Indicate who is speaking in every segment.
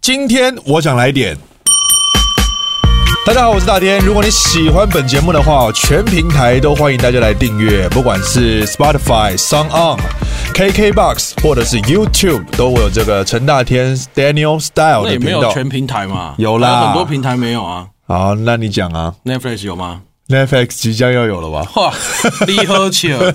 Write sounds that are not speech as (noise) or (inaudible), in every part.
Speaker 1: 今天我想来点。大家好，我是大天。如果你喜欢本节目的话，全平台都欢迎大家来订阅，不管是 Spotify、Sound On、KKBox 或者是 YouTube，都会有这个陈大天 Daniel Style
Speaker 2: 那
Speaker 1: 的
Speaker 2: 也没
Speaker 1: 频
Speaker 2: 有
Speaker 1: 道。
Speaker 2: 全平台嘛，
Speaker 1: 有啦
Speaker 2: 还有很多平台没有啊。
Speaker 1: 好，那你讲啊
Speaker 2: Netflix 有吗？
Speaker 1: ，Netflix 即将要有了吧？ (laughs)
Speaker 2: 哇，离合起了，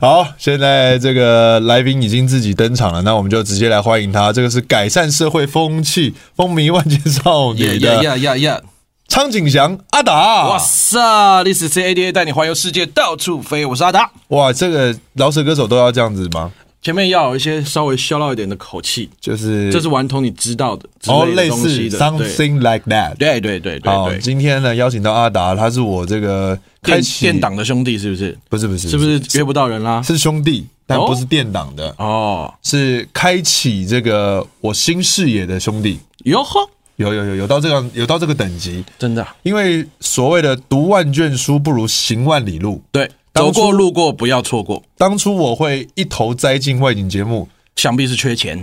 Speaker 1: 好，现在这个来宾已经自己登场了，那我们就直接来欢迎他。这个是改善社会风气、风靡万千少
Speaker 2: 呀
Speaker 1: 女
Speaker 2: 呀
Speaker 1: 的啊
Speaker 2: 呀呀呀！
Speaker 1: 苍井翔阿
Speaker 2: 哇
Speaker 1: 达。
Speaker 2: 塞，This is ADA 带你环游世界，到处飞。我是阿达，
Speaker 1: 哇，这个饶舌歌手都要这样子吗？
Speaker 2: 前面要有一些稍微笑到一点的口气，
Speaker 1: 就是
Speaker 2: 这是顽童你知道的之
Speaker 1: 哦，
Speaker 2: 类
Speaker 1: 类
Speaker 2: 的东
Speaker 1: 似
Speaker 2: 西的。对
Speaker 1: something like that。
Speaker 2: 对对对对
Speaker 1: 好，
Speaker 2: 对，
Speaker 1: 今天呢邀请到阿达，他是我这个开
Speaker 2: 电
Speaker 1: 启
Speaker 2: 电档的兄弟是不是？
Speaker 1: 不是不是
Speaker 2: 是不是约不到人啦？
Speaker 1: 是兄弟，但
Speaker 2: 哦
Speaker 1: 不是电档的，
Speaker 2: 哦，
Speaker 1: 是开启这个我新视野的兄弟。
Speaker 2: 哟呵，
Speaker 1: 有有有有到这个有到这个等级，
Speaker 2: 真的啊
Speaker 1: 因为所谓的读万卷书不如行万里路。
Speaker 2: 对，
Speaker 1: 当
Speaker 2: 走
Speaker 1: 初
Speaker 2: 过路过不要错过，
Speaker 1: 当初我会一头栽进外景节目，
Speaker 2: 想必是缺钱。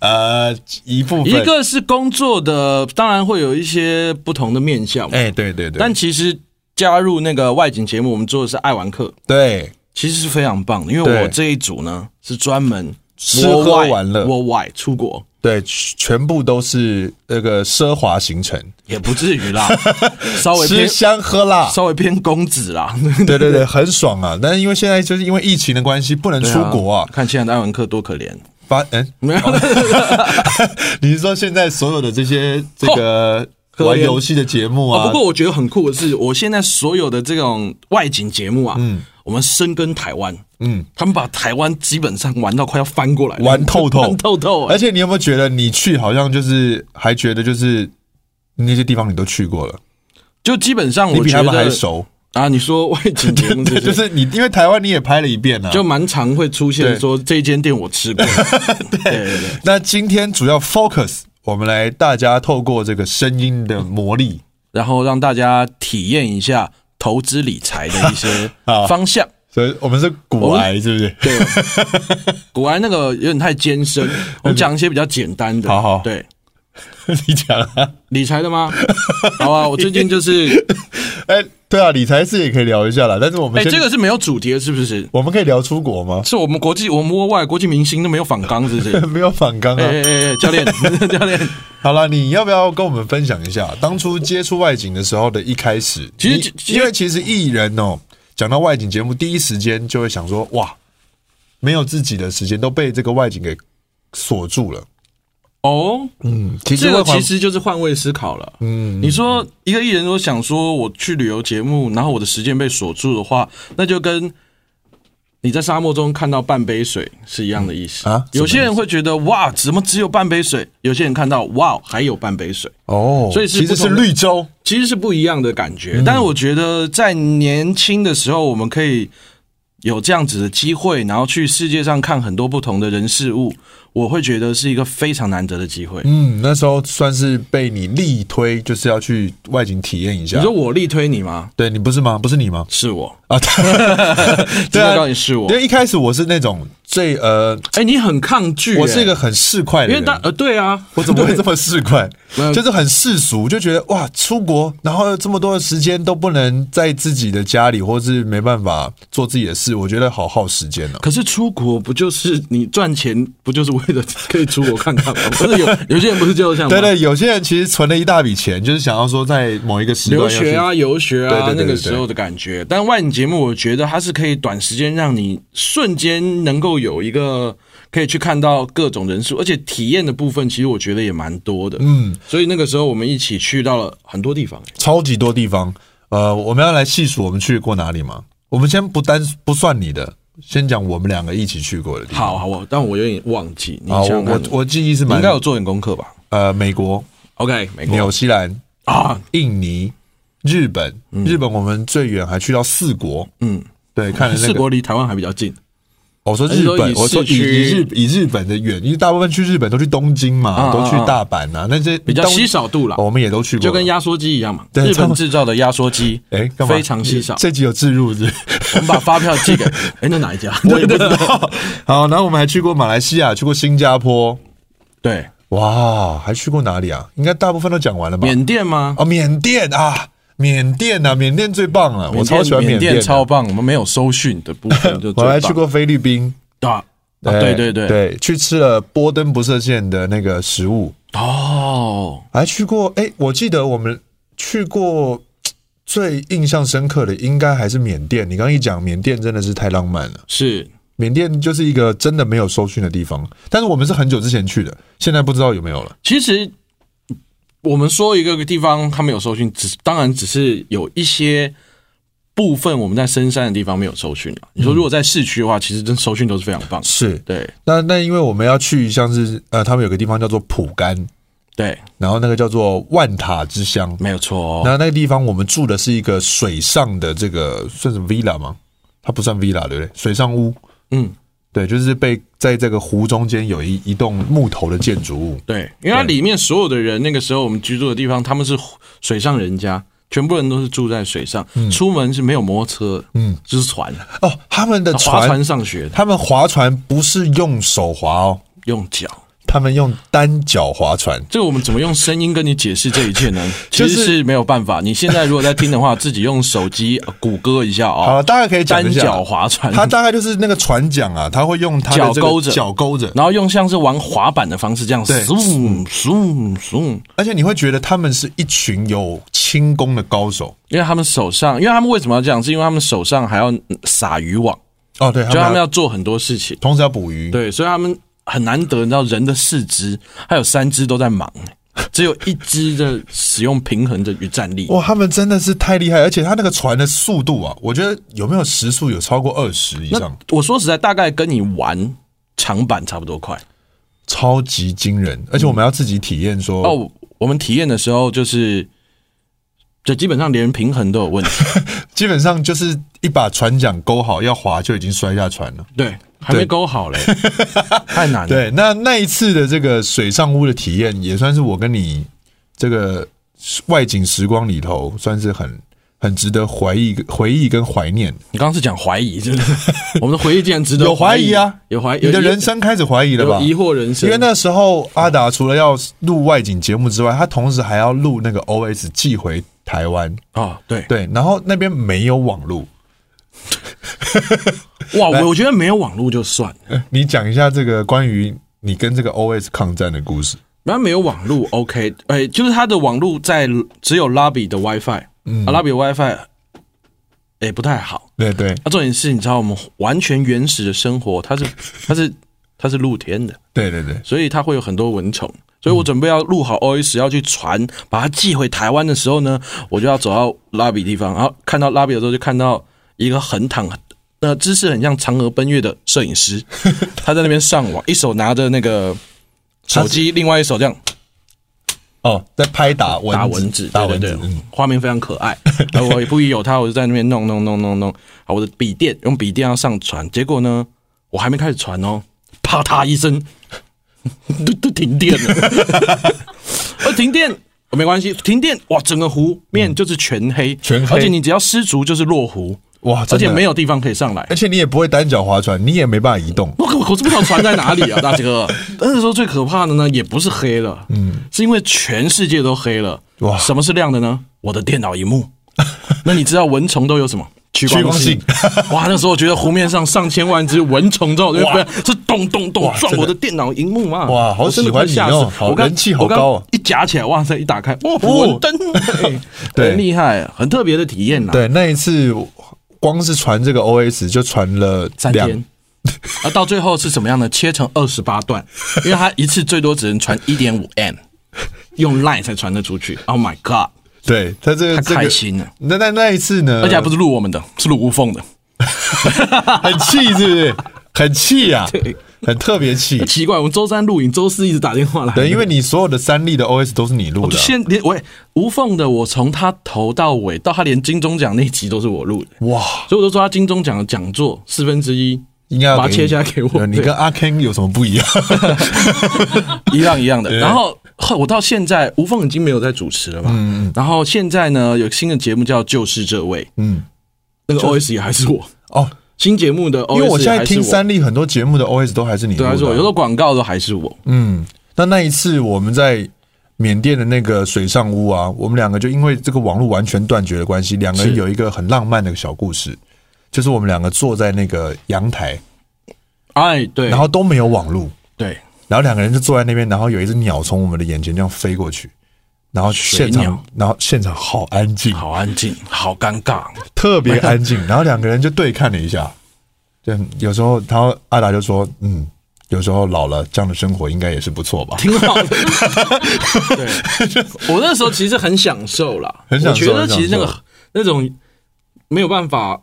Speaker 1: 呃，一部分
Speaker 2: 一个是工作的，当然会有一些不同的面向，
Speaker 1: 哎、对对对，
Speaker 2: 但其实加入那个外景节目，我们做的是爱玩客，
Speaker 1: 对
Speaker 2: 其实是非常棒的，因
Speaker 1: 对
Speaker 2: 为我这一组呢是专门
Speaker 1: 吃喝玩乐
Speaker 2: 我外出国
Speaker 1: 对，全部都是那个奢华行程，
Speaker 2: 也不至于
Speaker 1: (laughs)
Speaker 2: 啦，稍微
Speaker 1: 吃
Speaker 2: 偏
Speaker 1: 香喝辣，
Speaker 2: 稍微偏公子啦， (laughs)
Speaker 1: 对对对，很爽啊！但是因为现在就是因为疫情的关系，不能出国啊，
Speaker 2: 看现在的艾文克多可怜，
Speaker 1: 发
Speaker 2: (laughs)
Speaker 1: 嗯，
Speaker 2: 没有
Speaker 1: 你是说现在所有的这些这个
Speaker 2: 哦可怜
Speaker 1: 玩游戏的节目
Speaker 2: 哦，
Speaker 1: 啊，
Speaker 2: 不过我觉得很酷的是，我现在所有的这种外景节目啊，嗯，我们深耕台湾，嗯，他们把台湾基本上玩到快要翻过来了，
Speaker 1: 玩透透
Speaker 2: 玩透透、
Speaker 1: 而
Speaker 2: 哎，
Speaker 1: 且你有没有觉得你去好像就是还觉得就是那些地方你都去过了，
Speaker 2: 就基本上
Speaker 1: 你
Speaker 2: 我
Speaker 1: 比
Speaker 2: 觉
Speaker 1: 他们还
Speaker 2: 得
Speaker 1: 熟，
Speaker 2: 啊，你说外景节目
Speaker 1: 对，
Speaker 2: 就
Speaker 1: (laughs) 就是是你因为台湾你也拍了一遍啊，
Speaker 2: 就蛮常会
Speaker 1: 对
Speaker 2: 出现说这间店
Speaker 1: (laughs)
Speaker 2: 我吃过，对对对，
Speaker 1: 那今天主要 focus，我们来大家透过这个声音的魔力，
Speaker 2: 然后让大家体验一下投资理财的
Speaker 1: (laughs)
Speaker 2: 一些
Speaker 1: 啊
Speaker 2: 方向。
Speaker 1: 所以我们是骨
Speaker 2: 哦
Speaker 1: 癌是不是？
Speaker 2: 对，古玩那个有点太
Speaker 1: (laughs)
Speaker 2: 艰深，我们讲一些比较简单的。
Speaker 1: 好好
Speaker 2: 对。
Speaker 1: (laughs) 你讲啊，
Speaker 2: 理财的
Speaker 1: (laughs)
Speaker 2: 吗？好啊，我最近就是，
Speaker 1: 哎，对啊，理财是也可以聊一下啦，但是我们
Speaker 2: 哎、
Speaker 1: 先
Speaker 2: 这个是没有主题的，是不是？
Speaker 1: 我们可以聊出国吗？？
Speaker 2: 是我们国际，我们国外国际明星都没有反刚，是不是
Speaker 1: (laughs) 没有反刚
Speaker 2: 哎
Speaker 1: 啊。
Speaker 2: 哎哎哎，教练， (laughs) 教练，
Speaker 1: 好了，你要不要跟我们分享一下当初接触外景的时候的一开始？
Speaker 2: 其实
Speaker 1: 你
Speaker 2: 其实
Speaker 1: 因为其实艺人哦，讲到外景节目，第一时间就会想说，哇，没有自己的时间都被这个外景给锁住了。
Speaker 2: 哦，
Speaker 1: 嗯，其
Speaker 2: 这个
Speaker 1: 会怀
Speaker 2: 其实就是换位思考了。嗯，你说一个艺人如果想说我去旅游节目，然后我的时间被锁住的话，那就跟你在沙漠中看到半杯水是一样的意思
Speaker 1: 嗯啊
Speaker 2: 有些
Speaker 1: 什么
Speaker 2: 人会觉得哇，怎么只有半杯水？有些人看到哇，还有半杯水。
Speaker 1: 哦，
Speaker 2: 所以是
Speaker 1: 其实
Speaker 2: 不
Speaker 1: 是
Speaker 2: 同的
Speaker 1: 绿洲。
Speaker 2: 其实是不一样的感
Speaker 1: 嗯
Speaker 2: 觉。但是我觉得在年轻的时候，我们可以有这样子的机会，然后去世界上看很多不同的人事物，我会觉得是一个非常难得的机会。
Speaker 1: 嗯，那时候算是被你力推，就是要去外景体验一下。
Speaker 2: 你说我力推你吗？
Speaker 1: 对你不是吗？不是你吗？
Speaker 2: 是我， (laughs)
Speaker 1: 啊，对对
Speaker 2: 真的
Speaker 1: 啊
Speaker 2: 告诉，你是我
Speaker 1: 因。为一开始我是那种最呃，
Speaker 2: 哎、你很抗拒、
Speaker 1: 我是一
Speaker 2: 哎
Speaker 1: 个很市侩的
Speaker 2: 因
Speaker 1: 人，
Speaker 2: 为当呃对啊，
Speaker 1: 我怎么会这么市
Speaker 2: (laughs)
Speaker 1: 侩
Speaker 2: 没？有
Speaker 1: 就是很世俗，就觉得哇，出国然后这么多的时间都不能在自己的家里，或是没办法做自己的事，我觉得好耗时间哦。
Speaker 2: 可是出国不就是你赚钱不就是为了可以出国看看吗？ (laughs) 不是有有些人不是就这样吗？
Speaker 1: 对对，有些人其实存了一大笔钱，就是想要说在某一个时段
Speaker 2: 留
Speaker 1: 要去
Speaker 2: 学啊，游学
Speaker 1: 对对
Speaker 2: 啊
Speaker 1: 对，对
Speaker 2: 那个
Speaker 1: 对
Speaker 2: 时候的感觉。但外景节目，我觉得它是可以短时间让你瞬间能够有一个可以去看到各种人数，而且体验的部分，其实我觉得也蛮多的。嗯，所以那个时候我们一起去到了很多地方。
Speaker 1: 超级多地方。呃，我们要来细数我们去过哪里吗？我们先不单不算你的，先讲我们两个一起去过的地方。
Speaker 2: 好好，我但我有点忘记，你
Speaker 1: 啊，
Speaker 2: 想
Speaker 1: 我
Speaker 2: 想
Speaker 1: 我
Speaker 2: 看
Speaker 1: 我记忆是
Speaker 2: 你
Speaker 1: 蛮
Speaker 2: 应该有做点功课吧
Speaker 1: 呃，美国、
Speaker 2: ？OK，美国
Speaker 1: 纽西兰、
Speaker 2: 啊，
Speaker 1: 印尼、日本，日本我们最远还去到四国。
Speaker 2: 嗯，
Speaker 1: 对，看了那
Speaker 2: 四
Speaker 1: 个。
Speaker 2: 国离台湾还比较近。
Speaker 1: 我说
Speaker 2: 还是
Speaker 1: 日
Speaker 2: 说
Speaker 1: 本
Speaker 2: 以，
Speaker 1: 我说
Speaker 2: 市
Speaker 1: 以以
Speaker 2: 区
Speaker 1: 日以日本的远，因为大部分去日本都去东京嘛，
Speaker 2: 啊
Speaker 1: 都去
Speaker 2: 啊啊
Speaker 1: 大阪啊，那些
Speaker 2: 比较
Speaker 1: 东哦
Speaker 2: 稀少度啦
Speaker 1: 我们也都去过了，
Speaker 2: 就跟压缩机一样嘛，
Speaker 1: 对
Speaker 2: 日
Speaker 1: 差不
Speaker 2: 本
Speaker 1: 多
Speaker 2: 制造的压缩机，
Speaker 1: 哎干嘛
Speaker 2: 非常稀少。
Speaker 1: 这集有置入是不是。
Speaker 2: 我们把发票
Speaker 1: (laughs)
Speaker 2: 寄给，哎，那哪一家？
Speaker 1: 我也不知道。好，然后我们还去过马来西亚，去过新加坡，
Speaker 2: 对，
Speaker 1: 哇，还去过哪里啊？应该大部分都讲完了吧？
Speaker 2: 缅甸吗？
Speaker 1: 啊，缅甸啊，缅甸啊，缅甸最棒了，我超喜欢
Speaker 2: 缅
Speaker 1: 甸的。
Speaker 2: 超棒，我们没有搜讯的部分就
Speaker 1: (laughs) 我
Speaker 2: 最
Speaker 1: 还
Speaker 2: 棒
Speaker 1: 去过菲律宾，哎
Speaker 2: 啊，啊对对对，
Speaker 1: 对，去吃了波登不设限的那个食物，
Speaker 2: 哦，
Speaker 1: 还去过。哎，我记得我们去过最印象深刻的应该还是缅甸。你刚刚一讲缅甸真的是太浪漫了，
Speaker 2: 是
Speaker 1: 缅甸就是一个真的没有搜寻的地方。但是我们是很久之前去的，现在不知道有没有了。
Speaker 2: 其实我们说一个地方它没有搜寻，只当然只是有一些部分我们在深山的地方没有搜寻了。你说如果在市区的话，其实真搜寻都是非常棒的。
Speaker 1: 是，
Speaker 2: 对
Speaker 1: 那那因为我们要去像是呃，他们有个地方叫做普甘，
Speaker 2: 对，
Speaker 1: 然后那个叫做万塔之乡。
Speaker 2: 没有错哦。
Speaker 1: 那那个地方我们住的是一个水上的这个算是 villa 吗？它不算 villa 对不对？水上屋，
Speaker 2: 嗯，
Speaker 1: 对，就是被在这个湖中间有一一栋木头的建筑物。
Speaker 2: 对，因为它里面所有的人，那个时候我们居住的地方，他们是水上人家，全部人都是住在水上，
Speaker 1: 嗯
Speaker 2: 出门是没有摩托车，嗯，就是船，
Speaker 1: 哦，他们的
Speaker 2: 划
Speaker 1: (laughs) 船，
Speaker 2: 船上学的，
Speaker 1: 他们划船不是用手划哦，
Speaker 2: 用脚。
Speaker 1: 他们用单脚划船。
Speaker 2: 这个我们怎么用声音跟你解释这一切呢？
Speaker 1: (laughs) 就
Speaker 2: 其
Speaker 1: 是
Speaker 2: 实是没有办法。你现在如果在听
Speaker 1: (laughs)
Speaker 2: 的话，自己用手机呃谷歌一下
Speaker 1: 好
Speaker 2: 哦
Speaker 1: 了，，大概可以讲
Speaker 2: 单
Speaker 1: 一下。
Speaker 2: 脚划船，
Speaker 1: 它大概就是那个船桨啊，它会用它的这个
Speaker 2: 脚勾着
Speaker 1: 脚勾着，
Speaker 2: (laughs) 然后用像是玩滑板的方式这样，
Speaker 1: 对
Speaker 2: 嗖嗖嗖，
Speaker 1: 而且你会觉得他们是一群有轻功的高手。
Speaker 2: 因为他们手上，因为他们为什么要这样，是因为他们手上还要嗯撒渔网，
Speaker 1: 哦，对，他
Speaker 2: 就他
Speaker 1: 们
Speaker 2: 们
Speaker 1: 要
Speaker 2: 要做很多事情。
Speaker 1: 同时要捕鱼。
Speaker 2: 对，所以他们很难得，你知道人的四肢还有三肢都在忙，欸只有一只的使用平衡的与站立。
Speaker 1: 哇，他们真的是太厉害，而且他那个船的速度啊，我觉得有没有时速有超过二十以
Speaker 2: 那
Speaker 1: 上，
Speaker 2: 我说实在，大概跟你玩长板差不多快
Speaker 1: 超级惊人。而且我们要自己体验说，
Speaker 2: 哦。我们体验的时候就是，就基本上连平衡都有问题，
Speaker 1: (laughs) 基本上就是一把船桨勾好要划就已经摔下船了。
Speaker 2: 对，还没勾好嘞，太难了。
Speaker 1: 对，那那一次的这个水上屋的体验，也算是我跟你这个外景时光里头，算是很很值得怀疑、回忆跟怀念。
Speaker 2: 你刚刚是讲怀疑，真的，我们的回忆竟然值得
Speaker 1: 有怀疑啊，
Speaker 2: 有怀疑，
Speaker 1: 你的
Speaker 2: 有疑
Speaker 1: 人生开始怀疑了吧
Speaker 2: 有？疑惑人生，
Speaker 1: 因为那时候阿达除了要录外景节目之外，他同时还要录那个 OS 寄回台湾，
Speaker 2: 哦，对
Speaker 1: 对，然后那边没有网路。
Speaker 2: 哇，我我觉得没有网络就算了，
Speaker 1: 你讲一下这个关于你跟这个 OS 抗战的故事。
Speaker 2: 然后没有网路 OK，哎、就是它的网路在只有 lobby 的 WiFi，嗯、啊，lobby 的 WiFi，哎、不太好。
Speaker 1: 对对
Speaker 2: 啊，重点是，你知道我们完全原始的生活，它是 (laughs) 它是它是露天的，
Speaker 1: 对对对，
Speaker 2: 所以它会有很多蚊虫。所以我准备要录好 OS，要去传，把它寄回台湾的时候呢，我就要走到 lobby 地方，然后看到 lobby 的时候，就看到一个横躺。呃，姿势很像嫦娥奔月的摄影师，他在那边上网，一手拿着那个手机，另外一手这样
Speaker 1: 哦，在拍打文
Speaker 2: 打文字，
Speaker 1: 打文
Speaker 2: 对
Speaker 1: 字
Speaker 2: 对，对
Speaker 1: 嗯，
Speaker 2: 画面非常可
Speaker 1: (laughs)
Speaker 2: 爱。然后我也不疑有他，我就在那边弄弄弄弄弄。好，我的笔电用笔电要上传，结果呢，我还没开始传哦，啪嗒一声， (laughs) 都都停电
Speaker 1: (laughs)
Speaker 2: 了。呃，停电。没关系，停电哇，整个湖面就是全黑，
Speaker 1: 嗯全黑
Speaker 2: 而且你只要失足就是落湖，
Speaker 1: 哇，
Speaker 2: 而且没
Speaker 1: 有，
Speaker 2: 有地方可以上来。
Speaker 1: 而且你也不会单脚划船，你也没办法移动。
Speaker 2: 我我我是不知道船在哪
Speaker 1: (laughs)
Speaker 2: 里啊，大哥。那时候最可怕的呢，也不是黑了，嗯，是因为全世界都黑了。
Speaker 1: 哇
Speaker 2: 什么是亮的呢？我的电脑
Speaker 1: (laughs)
Speaker 2: 荧幕。那你知道蚊虫都有什么？趋
Speaker 1: 光性。
Speaker 2: 哇，那时候我觉得湖面上上千万只蚊虫之后，我就
Speaker 1: 哇
Speaker 2: 是咚咚咚撞我的电脑荧幕嘛。
Speaker 1: 哇好
Speaker 2: 我真的
Speaker 1: 喜欢
Speaker 2: 快吓
Speaker 1: 你哦
Speaker 2: 死
Speaker 1: 好
Speaker 2: 我刚
Speaker 1: 人气好高啊哦
Speaker 2: 我刚一夹起来，哇塞，一打开，哇，蚊灯，哎
Speaker 1: (laughs) 对
Speaker 2: 很厉害，很特别的体验呐。
Speaker 1: 对，那一次光是传这个 OS 就传了
Speaker 2: 三
Speaker 1: 两
Speaker 2: (laughs) 天。啊，到最后是怎么样呢？切成二十八段，因为它一次最多只能传一点五 M，用 Line 才传得出去。Oh my god！
Speaker 1: 对他这个
Speaker 2: 他
Speaker 1: 这
Speaker 2: 开
Speaker 1: 个，呃
Speaker 2: 心了，
Speaker 1: 那那那一次呢，
Speaker 2: 而且还不
Speaker 1: 是
Speaker 2: 是录我们的，是录无缝的。
Speaker 1: 很气，是不是？很气
Speaker 2: (laughs)
Speaker 1: 呀、啊，很特别气。
Speaker 2: 奇怪，我们周三录影，周四一直打电话来。
Speaker 1: 对，因为你所有的三立的 OS 都是你录
Speaker 2: 我
Speaker 1: 的啊、
Speaker 2: 先连喂无缝的，我从他头到尾到他连金钟奖那集都是我录的，
Speaker 1: 哇，
Speaker 2: 所以我就说他金钟奖的讲座四分之一
Speaker 1: 应该要
Speaker 2: 把它
Speaker 1: 给
Speaker 2: 切
Speaker 1: 你
Speaker 2: 下来给我
Speaker 1: 啊对你
Speaker 2: 对
Speaker 1: 跟阿 Ken 有什么不一样？ (laughs)
Speaker 2: (laughs) 一样一样的。然后后我到现在，吴凤已经没有在主持了嘛。然后现在呢，有新的节目叫《就是这位》，
Speaker 1: 嗯，
Speaker 2: 那个 OS 也还是我。
Speaker 1: 哦，
Speaker 2: 新节目的 OS
Speaker 1: 因为我现在
Speaker 2: 还是
Speaker 1: 听三立很多节目的 OS 都还是你录
Speaker 2: 对，
Speaker 1: 的啊，
Speaker 2: 还是我，有时候广告都还是我。
Speaker 1: 嗯，那那一次我们在缅甸的那个水上屋啊，我们两个就因为这个网络完全断绝的关系，两个人
Speaker 2: 是
Speaker 1: 有一个很浪漫的小故事，就是我们两个坐在那个阳台，
Speaker 2: 哎，对，
Speaker 1: 然后都没有网络，
Speaker 2: 对，
Speaker 1: 然后两个人就坐在那边，然后有一只鸟从我们的眼前这样飞过去。然后现
Speaker 2: 水
Speaker 1: 场
Speaker 2: 鸟，
Speaker 1: 然后现场好安静，
Speaker 2: 好安静，好尴尬，
Speaker 1: 特别安
Speaker 2: (laughs)
Speaker 1: 静。然后两个人就对看了一下，就有时候，然后阿达就说：“嗯，有时候老了，这样的生活应该也是不错吧。”
Speaker 2: 挺好的。 (laughs) 对，我那时候其实很享受啦，
Speaker 1: 很享受
Speaker 2: 我觉得其实那
Speaker 1: 很享
Speaker 2: 个那种没有办法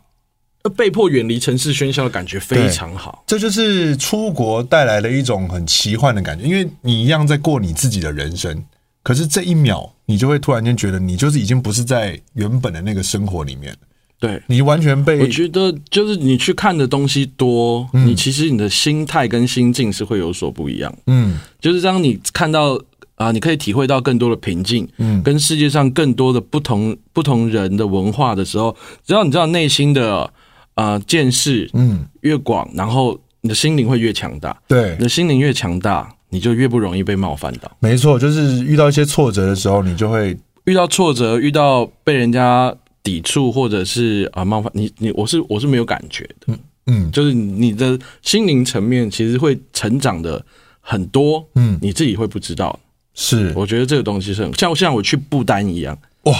Speaker 2: 呃被迫远离城市喧嚣的感觉非常好。
Speaker 1: 这就是出国带来了一种很奇幻的感觉，因为你一样在过你自己的人生，可是这一秒你就会突然间觉得你就是已经不是在原本的那个生活里面，
Speaker 2: 对，
Speaker 1: 你完全
Speaker 2: 我
Speaker 1: 被
Speaker 2: 觉得就是你去看的东西多，你其实你的心态跟心境是会有所不一样的。
Speaker 1: 嗯
Speaker 2: 就是当你看到啊、你可以体会到更多的平静，
Speaker 1: 嗯
Speaker 2: 跟世界上更多的不同不同人的文化的时候，只要你知道内心的呃见识
Speaker 1: 嗯，
Speaker 2: 越广，然后你的心灵会越强大，
Speaker 1: 对
Speaker 2: 你，的心灵越强大，你就越不容易被冒犯到。
Speaker 1: 没错，就是遇到一些挫折的时候，你就会
Speaker 2: 遇到挫折，遇到被人家抵触或者是啊、冒犯你，你我是我是没有感觉的，
Speaker 1: 嗯
Speaker 2: 就是你的心灵层面其实会成长的很多，
Speaker 1: 嗯
Speaker 2: 你自己会不知道。
Speaker 1: 是
Speaker 2: 我觉得这个东西是很像像我去不丹一样，
Speaker 1: 哇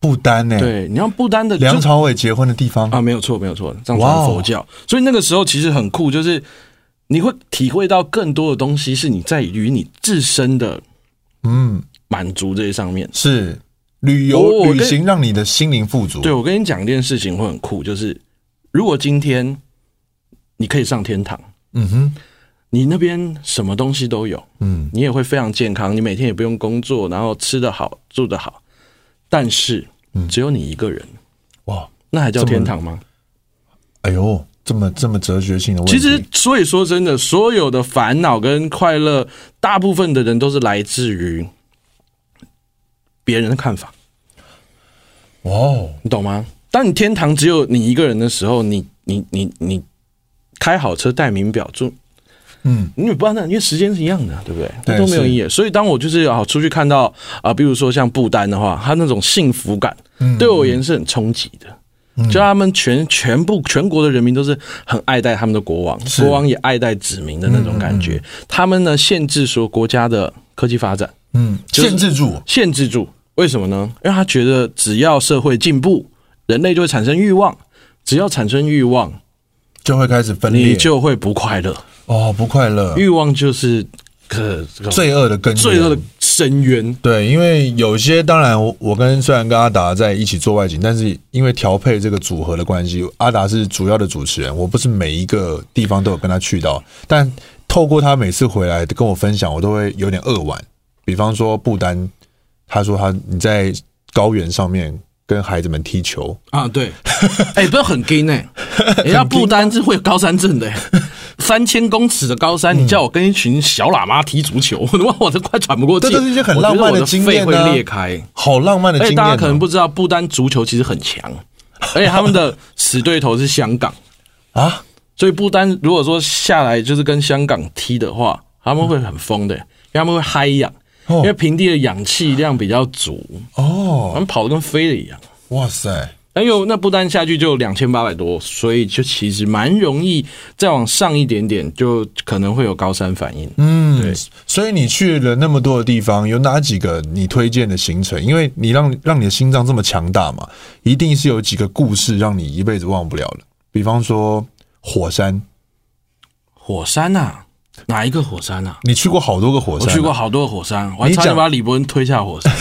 Speaker 1: 不丹呢、
Speaker 2: 对，你要不丹的就
Speaker 1: 梁朝伟结婚的地方，
Speaker 2: 啊，没有错，没有错，藏
Speaker 1: 哇哦
Speaker 2: 传佛教，所以那个时候其实很酷，就是你会体会到更多的东西是你在于你自身的
Speaker 1: 嗯
Speaker 2: 满足这些上面。
Speaker 1: 是旅
Speaker 2: 我
Speaker 1: 游
Speaker 2: 哦我跟
Speaker 1: 旅行让你的心灵富足，
Speaker 2: 对我跟你讲一件事情会很酷，就是如果今天你可以上天堂，
Speaker 1: 嗯哼
Speaker 2: 你那边什么东西都有，
Speaker 1: 嗯
Speaker 2: 你也会非常健康，你每天也不用工作，然后吃得好，住得好，但是只有你一个人，
Speaker 1: 哇
Speaker 2: 那还叫
Speaker 1: 这嗯么
Speaker 2: 天堂吗？
Speaker 1: 哎呦这么这么哲学性的问
Speaker 2: 其
Speaker 1: 题，
Speaker 2: 实，所以说真的，所有的烦恼跟快乐，大部分的人都是来自于别人的看法，
Speaker 1: 哇哦。
Speaker 2: 你懂吗？当你天堂只有你一个人的时候，你你你你开好车戴名表住，
Speaker 1: 嗯，
Speaker 2: 因为不然呢，因为时间是一样的，啊对不对？
Speaker 1: 对
Speaker 2: 那都没有
Speaker 1: 是
Speaker 2: 意义。所以当我就是啊出去看到啊、比如说像不丹的话，他那种幸福感，
Speaker 1: 嗯
Speaker 2: 对我而言是很冲击的。就他们全全部全国的人民都是很爱戴他们的国王，国王也爱戴子民的那种感
Speaker 1: 嗯
Speaker 2: 觉。他们呢限制说国家的科技发展，
Speaker 1: 嗯，限制住，
Speaker 2: 限制住。为什么呢？因为他觉得只要社会进步，人类就会产生欲望，只要产生欲望，
Speaker 1: 就会开始分裂，
Speaker 2: 你就会不快乐。
Speaker 1: 哦不快乐，
Speaker 2: 欲望就是可可
Speaker 1: 罪恶的根源，
Speaker 2: 罪恶的深渊。
Speaker 1: 对，因为有些当然我我跟虽然跟阿达在一起做外景，但是因为调配这个组合的关系，阿达是主要的主持人，我不是每一个地方都有跟他去到，但透过他每次回来跟我分享，我都会有点扼腕。比方说不丹，他说他你在高原上面跟孩子们踢球，
Speaker 2: 啊，对， (laughs) 哎、不要很 gay 呢、
Speaker 1: 啊
Speaker 2: 人家不单是会有高山症的、欸
Speaker 1: (laughs)
Speaker 2: 三千公尺的高山，
Speaker 1: 嗯
Speaker 2: 你叫我跟一群小喇嘛踢足球， (laughs) 我他妈我都快喘不过气。
Speaker 1: 这都是一些很
Speaker 2: 我觉得
Speaker 1: 浪漫的
Speaker 2: 我的
Speaker 1: 经验啊啊
Speaker 2: 肺会裂开。
Speaker 1: 好浪漫的
Speaker 2: 而
Speaker 1: 经
Speaker 2: 且
Speaker 1: 验、哦
Speaker 2: 哎大家可能不知道，不丹足球其实很强，
Speaker 1: (laughs)
Speaker 2: 而且他们的死对头是香港，
Speaker 1: 啊，
Speaker 2: 所以不丹如果说下来就是跟香港踢的话，他们会很疯的、因为他们会嗨氧，
Speaker 1: 哦
Speaker 2: 因为平地的氧气量比较足，他
Speaker 1: 哦，
Speaker 2: 们跑得跟飞的一样。
Speaker 1: 哇塞，
Speaker 2: 哎呦，那不丹下去就两千八百多，所以就其实蛮容易再往上一点点，就可能会有高山反应。
Speaker 1: 嗯，
Speaker 2: 对
Speaker 1: 所以你去了那么多的地方，有哪几个你推荐的行程？因为你让让你的心脏这么强大嘛，一定是有几个故事让你一辈子忘不了的。比方说火山，
Speaker 2: 火山啊，哪一个火山啊？
Speaker 1: 你去过好多个火
Speaker 2: 我
Speaker 1: 山、啊
Speaker 2: 去过。好多火山，我还
Speaker 1: 你
Speaker 2: 差点
Speaker 1: 讲
Speaker 2: 把李伯恩推
Speaker 1: (laughs)
Speaker 2: 下火山。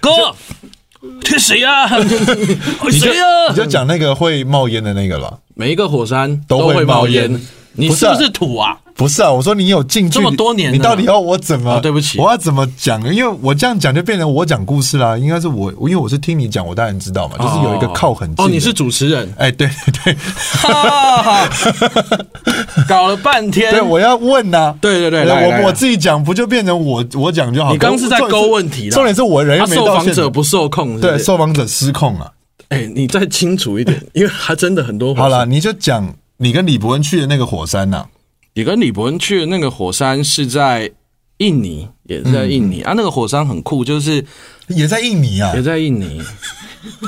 Speaker 2: 哥，推谁啊？
Speaker 1: 你就
Speaker 2: 谁啊
Speaker 1: 你？就讲那个会冒烟的那个吧，
Speaker 2: 每一个火山
Speaker 1: 都
Speaker 2: 都
Speaker 1: 会
Speaker 2: 会
Speaker 1: 冒
Speaker 2: 冒
Speaker 1: 烟
Speaker 2: 烟，你
Speaker 1: 不是
Speaker 2: 是
Speaker 1: 啊
Speaker 2: 不是土啊？
Speaker 1: 不是啊？我说你有近距离
Speaker 2: 这么多年了
Speaker 1: 你到底要我怎么、
Speaker 2: 哦对不起
Speaker 1: 我要怎么讲？因为我这样讲就变成我讲故事啦，应该是我，因为我是听你讲，我当然知道嘛，就是有一个靠很近的。，
Speaker 2: 哦，你是主持人
Speaker 1: (laughs) 哎，对对对，
Speaker 2: 哈搞了半天，
Speaker 1: 对，我要问呐、
Speaker 2: 对对对来来来
Speaker 1: 我我自己讲不就变成我我讲就好？
Speaker 2: 你刚刚是在
Speaker 1: 重点
Speaker 2: 勾问题啦
Speaker 1: 重点是我人
Speaker 2: 他
Speaker 1: 又没
Speaker 2: 啊受
Speaker 1: 到
Speaker 2: 访
Speaker 1: 现
Speaker 2: 者
Speaker 1: 场，
Speaker 2: 不受控，是不
Speaker 1: 对
Speaker 2: 是
Speaker 1: 受访者失控了。
Speaker 2: 哎、你再
Speaker 1: (laughs)
Speaker 2: 清楚一点，因为他真的很多火
Speaker 1: 好
Speaker 2: 山。
Speaker 1: 了，你就讲你跟李伯恩去的那个火山呐、
Speaker 2: 也跟李伯恩去的那个火山是在印尼，也是在印尼、
Speaker 1: 嗯
Speaker 2: 啊。那个火山很酷，就是
Speaker 1: 也在印尼啊
Speaker 2: 也，在印
Speaker 1: (laughs)
Speaker 2: 尼，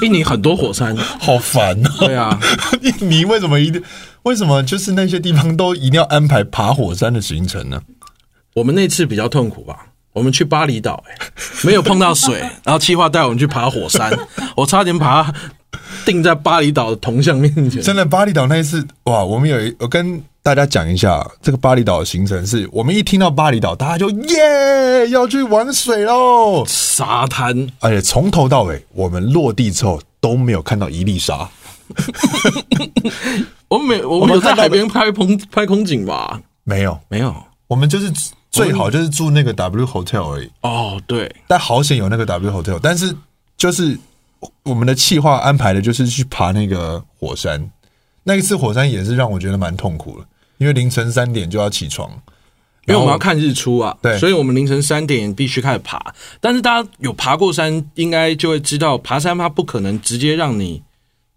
Speaker 2: 印尼很多火山。
Speaker 1: 好烦哦。
Speaker 2: 对啊，
Speaker 1: (laughs) 印尼为什么一定？为什么就是那些地方都一定要安排爬火山的行程呢？
Speaker 2: 我们那次比较痛苦吧。我们去巴厘岛、欸，没有碰到水， (laughs) 然后气划带我们去爬火山，我差点把它定在巴厘岛的铜像面前。
Speaker 1: 真的，巴厘岛那一次，哇，我们有一，我跟大家讲一下，这个巴厘岛的行程是我们一听到巴厘岛，大家就耶要去玩水喽，
Speaker 2: 沙滩，
Speaker 1: 而且从头到尾，我们落地之后都没有看到一粒沙，
Speaker 2: 我们没，我
Speaker 1: 们
Speaker 2: 们有在
Speaker 1: 看到
Speaker 2: 海边拍空拍空景吧？
Speaker 1: 没有，
Speaker 2: 没有。
Speaker 1: 我们就是最好就是住那个 W Hotel 而已，
Speaker 2: 哦，对，
Speaker 1: 但好险有那个 W Hotel，但是就是我们的计划安排的就是去爬那个火山，那一次火山也是让我觉得蛮痛苦的，因为凌晨三点就要起床，
Speaker 2: 因为我
Speaker 1: 然后
Speaker 2: 们要看日出啊，
Speaker 1: 对
Speaker 2: 所以我们凌晨三点必须开始爬。但是大家有爬过山，应该就会知道，爬山它不可能直接让你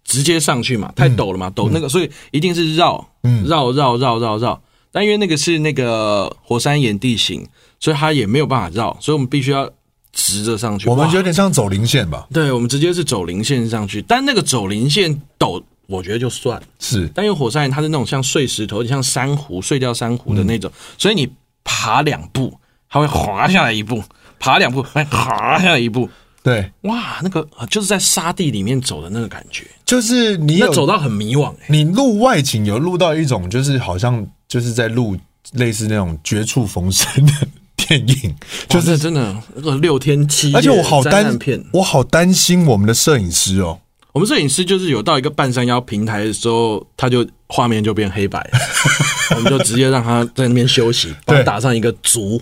Speaker 2: 直接上去
Speaker 1: 嗯
Speaker 2: 嘛，太陡了嘛，陡那个，所以一定是绕，绕绕绕绕绕。但因为那个是那个火山岩地形，所以它也没有办法绕，所以我们必须要直着上去。
Speaker 1: 我们
Speaker 2: 哇
Speaker 1: 有点像走零线吧，
Speaker 2: 对，我们直接是走零线上去，但那个走零线陡，我觉得就算了。
Speaker 1: 是
Speaker 2: 但因为火山岩它是那种像碎石头，有点像珊瑚碎掉珊瑚的那种，所以你爬两步，它会滑下来一步，爬两步，哎，滑下来一步，
Speaker 1: 对，
Speaker 2: 哇，那个呃就是在沙地里面走的那个感觉，
Speaker 1: 就是你
Speaker 2: 那
Speaker 1: 有
Speaker 2: 走到很迷惘、哎，
Speaker 1: 你录外景有录到一种就是好像就是在录类似那种绝处逢生的电影，就
Speaker 2: 就是是真的那个六天七夜，
Speaker 1: 而且我好
Speaker 2: 灾
Speaker 1: 担
Speaker 2: 难片。
Speaker 1: 我好担心我们的摄影师哦，
Speaker 2: 我们摄影师就是有到一个半山腰平台的时候，他就画面就变黑白了，
Speaker 1: (laughs)
Speaker 2: 我们就直接让他在那边休息，帮
Speaker 1: 对
Speaker 2: 他打上一个足，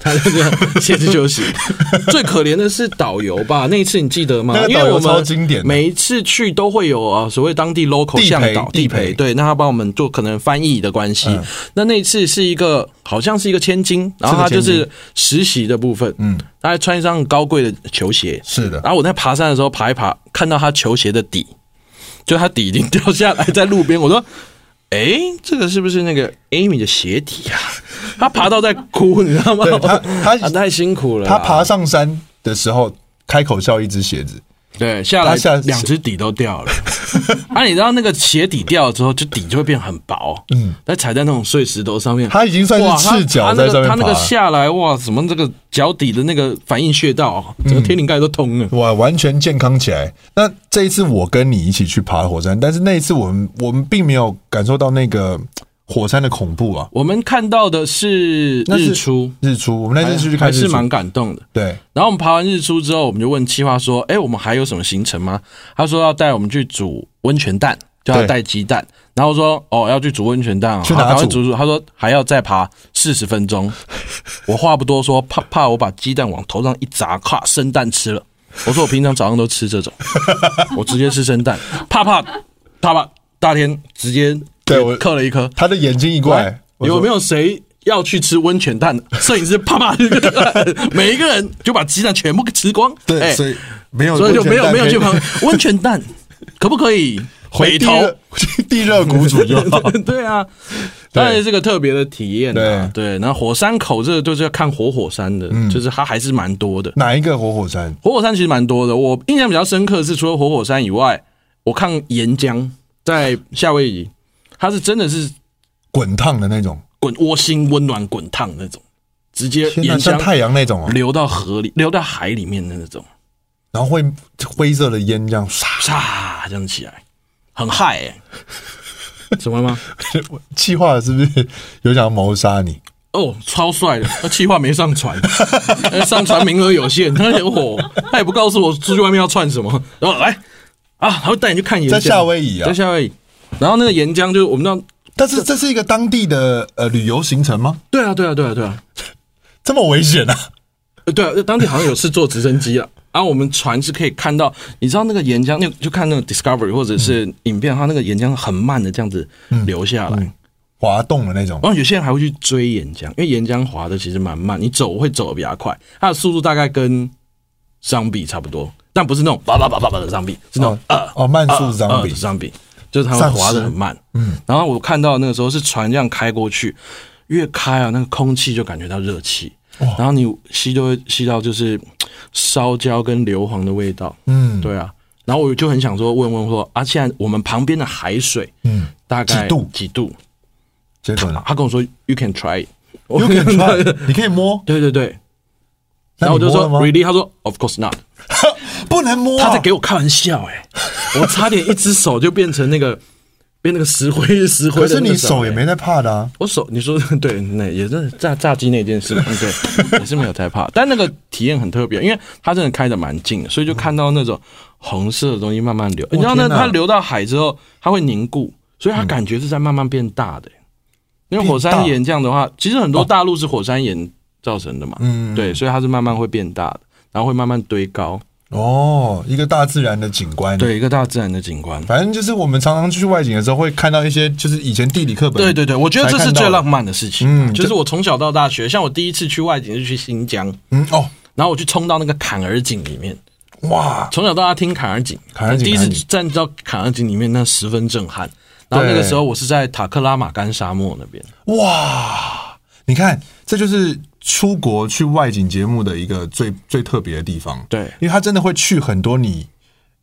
Speaker 2: 他就这样歇斯休息。最可怜的是导游
Speaker 1: (laughs)
Speaker 2: 吧，那一次你记得吗
Speaker 1: 那？个
Speaker 2: 因为
Speaker 1: 导游
Speaker 2: 我
Speaker 1: 超
Speaker 2: 们
Speaker 1: 经典的
Speaker 2: 每一次去都会有啊，所谓当地 local
Speaker 1: 地陪
Speaker 2: 向导
Speaker 1: 地陪嗯
Speaker 2: 对，那他帮我们做可能翻译的关系。那那一次是一个好像是一个千金，然后他
Speaker 1: 是个
Speaker 2: 就
Speaker 1: 千金
Speaker 2: 是实习的部分，嗯，他还穿上高贵的球鞋，
Speaker 1: 是的
Speaker 2: 然后我在爬山的时候爬一爬，看到他球鞋的底，就他底已经掉下来在路边。我说：“ (laughs) 哎，这个是不是那个 Amy 的鞋底啊？” (laughs) 他爬到在哭，你知道吗
Speaker 1: 对？他他
Speaker 2: (laughs) 啊太辛苦了啊，
Speaker 1: 他爬上山的时候开口笑一只鞋子，
Speaker 2: 对下来
Speaker 1: 他下
Speaker 2: 两只底都掉了。 (laughs) 啊，你知道那个鞋底掉了之后，就底就会变很薄，嗯，但踩在那种碎石头上面，
Speaker 1: 他已经算
Speaker 2: 哇，
Speaker 1: 是赤脚
Speaker 2: 他
Speaker 1: 在上面
Speaker 2: 他那个他那个
Speaker 1: 爬了
Speaker 2: 下来哇，什么这个脚底的那个反应穴道，
Speaker 1: 嗯
Speaker 2: 整个天灵盖都通了。
Speaker 1: 哇，完全健康起来。那这一次我跟你一起去爬火山，但是那一次我们我们并没有感受到那个火山的恐怖啊，
Speaker 2: 我们看到的是
Speaker 1: 那是
Speaker 2: 日出，
Speaker 1: 日出，我们那次去去看
Speaker 2: 哎还
Speaker 1: 日
Speaker 2: 是
Speaker 1: 出，
Speaker 2: 蛮感动的。
Speaker 1: 对，
Speaker 2: 然后我们爬完日出之后，我们就问七花说：“哎，我们还有什么行程吗？”他说要带我们去煮温泉蛋，叫他
Speaker 1: 对
Speaker 2: 带鸡蛋。然后我说：“哦，要去煮温泉蛋啊、哦，
Speaker 1: 去哪
Speaker 2: 赶快
Speaker 1: 煮
Speaker 2: 煮煮。”他说还要再爬四十分钟。我话不多说，怕怕我把鸡蛋往头上一砸，咔，生蛋吃了。我说我平常早上都
Speaker 1: (laughs)
Speaker 2: 吃这种，我直接吃生蛋，怕怕怕怕，大天直接
Speaker 1: 对我
Speaker 2: 刻了一颗。
Speaker 1: 他的眼睛一过来，哎我说
Speaker 2: 哎有没有谁要去吃温泉蛋？ (laughs) 摄影师啪啪，每一个人就把鸡蛋全部吃光。
Speaker 1: 对，
Speaker 2: 哎
Speaker 1: 所以没有，
Speaker 2: 所以就没有没有去
Speaker 1: 旁
Speaker 2: 旁
Speaker 1: (laughs)
Speaker 2: 温泉蛋，可不可以回头？
Speaker 1: 地热 (laughs) 谷主就好。
Speaker 2: (laughs) 对啊，当然是个特别的体验啊。对，然后火山口这个就是要看活火山的，
Speaker 1: 嗯
Speaker 2: 就是它还是蛮多的。
Speaker 1: 哪一个活火山？
Speaker 2: 活火山其实蛮多的，我印象比较深刻的是除了活火山以外，我看岩浆在夏威夷，它是真的是
Speaker 1: 滚烫的那种，
Speaker 2: 滚窝心、温暖、滚烫那种，直接
Speaker 1: 天哪，
Speaker 2: 岩
Speaker 1: 像
Speaker 2: 浆
Speaker 1: 太阳那种哦，
Speaker 2: 流到河里、流到海里面的那种，
Speaker 1: 然后会灰色的烟这样 (laughs) 唰。
Speaker 2: 唰这样起来，很嗨、
Speaker 1: (laughs)
Speaker 2: 欸，怎么了吗？
Speaker 1: 气化是不是有想要谋杀你？
Speaker 2: 哦，超帅的，那气话没上传， (laughs) 呃上传名额有限，他有火，他也不告诉我出去外面要串什么，然后来啊，他会带你去看岩浆，
Speaker 1: 在夏威夷啊
Speaker 2: 在夏威夷，然后那个岩浆就是我们那，
Speaker 1: 但是这是一个当地的呃旅游行程吗？
Speaker 2: 对啊，对啊，对啊，对啊，
Speaker 1: 这么危险啊！
Speaker 2: 呃，对啊，当地好像有是坐直升机啊，然后我们船是可以看到，你知道那个岩浆，那就看那个 Discovery 或者是影片，它那个岩浆很慢的这样子流下来，
Speaker 1: 滑动的那种，
Speaker 2: 然后有些人还会去追岩浆，因为岩浆滑的其实蛮慢，你走会走的比较快，它的速度大概跟伤比差不多，但不是那种叭叭叭叭叭的伤比，是那种
Speaker 1: 哦，慢速张
Speaker 2: 呃
Speaker 1: 比
Speaker 2: 的，伤比，就是他
Speaker 1: 暂
Speaker 2: 们
Speaker 1: 时
Speaker 2: 滑的很慢，嗯，然后我看到那个时候是船这样开过去，越开啊，那个空气就感觉到热气，然后你吸就会吸到就是烧焦跟硫磺的味道，
Speaker 1: 嗯，
Speaker 2: 对啊，然后我就很想说问问说啊，现在我们旁边的海水，
Speaker 1: 嗯，
Speaker 2: 大概
Speaker 1: 几度
Speaker 2: 几度？
Speaker 1: 结果呢？
Speaker 2: 他跟我说 you can try，it 呃我
Speaker 1: You
Speaker 2: (laughs)
Speaker 1: can try，你可以摸，
Speaker 2: 对对对，
Speaker 1: 那
Speaker 2: 然后我
Speaker 1: 你
Speaker 2: 就
Speaker 1: 摸
Speaker 2: 说
Speaker 1: 了吗？
Speaker 2: really，他说 of course not，
Speaker 1: 不能摸啊，
Speaker 2: 他在给我开玩笑哎、我差点一只手就变成那个变那个石灰石灰
Speaker 1: 可
Speaker 2: 的
Speaker 1: 是
Speaker 2: 那
Speaker 1: 你
Speaker 2: 个手
Speaker 1: 手
Speaker 2: 欸
Speaker 1: 也没在怕的啊。
Speaker 2: 我手，你说 (laughs) 对，那也是炸炸鸡那件事嘛，对，也是没有太怕，但那个体验很特别，因为它真的开的蛮近的，所以就看到那种红色的东西慢慢流，你知道
Speaker 1: 哦天
Speaker 2: 呢，
Speaker 1: 哪
Speaker 2: 它流到海之后，它会凝固，所以它感觉是在慢慢变大的、因为火山岩这样的话，其实很多大陆是火山岩造成的嘛，
Speaker 1: 嗯
Speaker 2: 对，所以它是慢慢会变大的，然后会慢慢堆高，
Speaker 1: 哦，一个大自然的景观。，
Speaker 2: 对，一个大自然的景观。
Speaker 1: 反正就是我们常常去外景的时候会看到一些，就是以前地理课本。
Speaker 2: 对对对，我觉得这
Speaker 1: 才
Speaker 2: 是
Speaker 1: 看到的
Speaker 2: 最浪漫的事情。啊
Speaker 1: 嗯
Speaker 2: 就是我从小到大学，像我第一次去外景是去新疆，
Speaker 1: 嗯哦，
Speaker 2: 然后我去冲到那个坎儿井里面，
Speaker 1: 哇，
Speaker 2: 从小到大听坎儿井，
Speaker 1: 坎儿井
Speaker 2: 第一次
Speaker 1: 坎儿井
Speaker 2: 站到坎儿井里面，那十分震撼。然后那个
Speaker 1: 对
Speaker 2: 时候我是在塔克拉玛干沙漠那边，
Speaker 1: 哇！你看，这就是出国去外景节目的一个最最特别的地方。
Speaker 2: 对
Speaker 1: 因为他真的会去很多你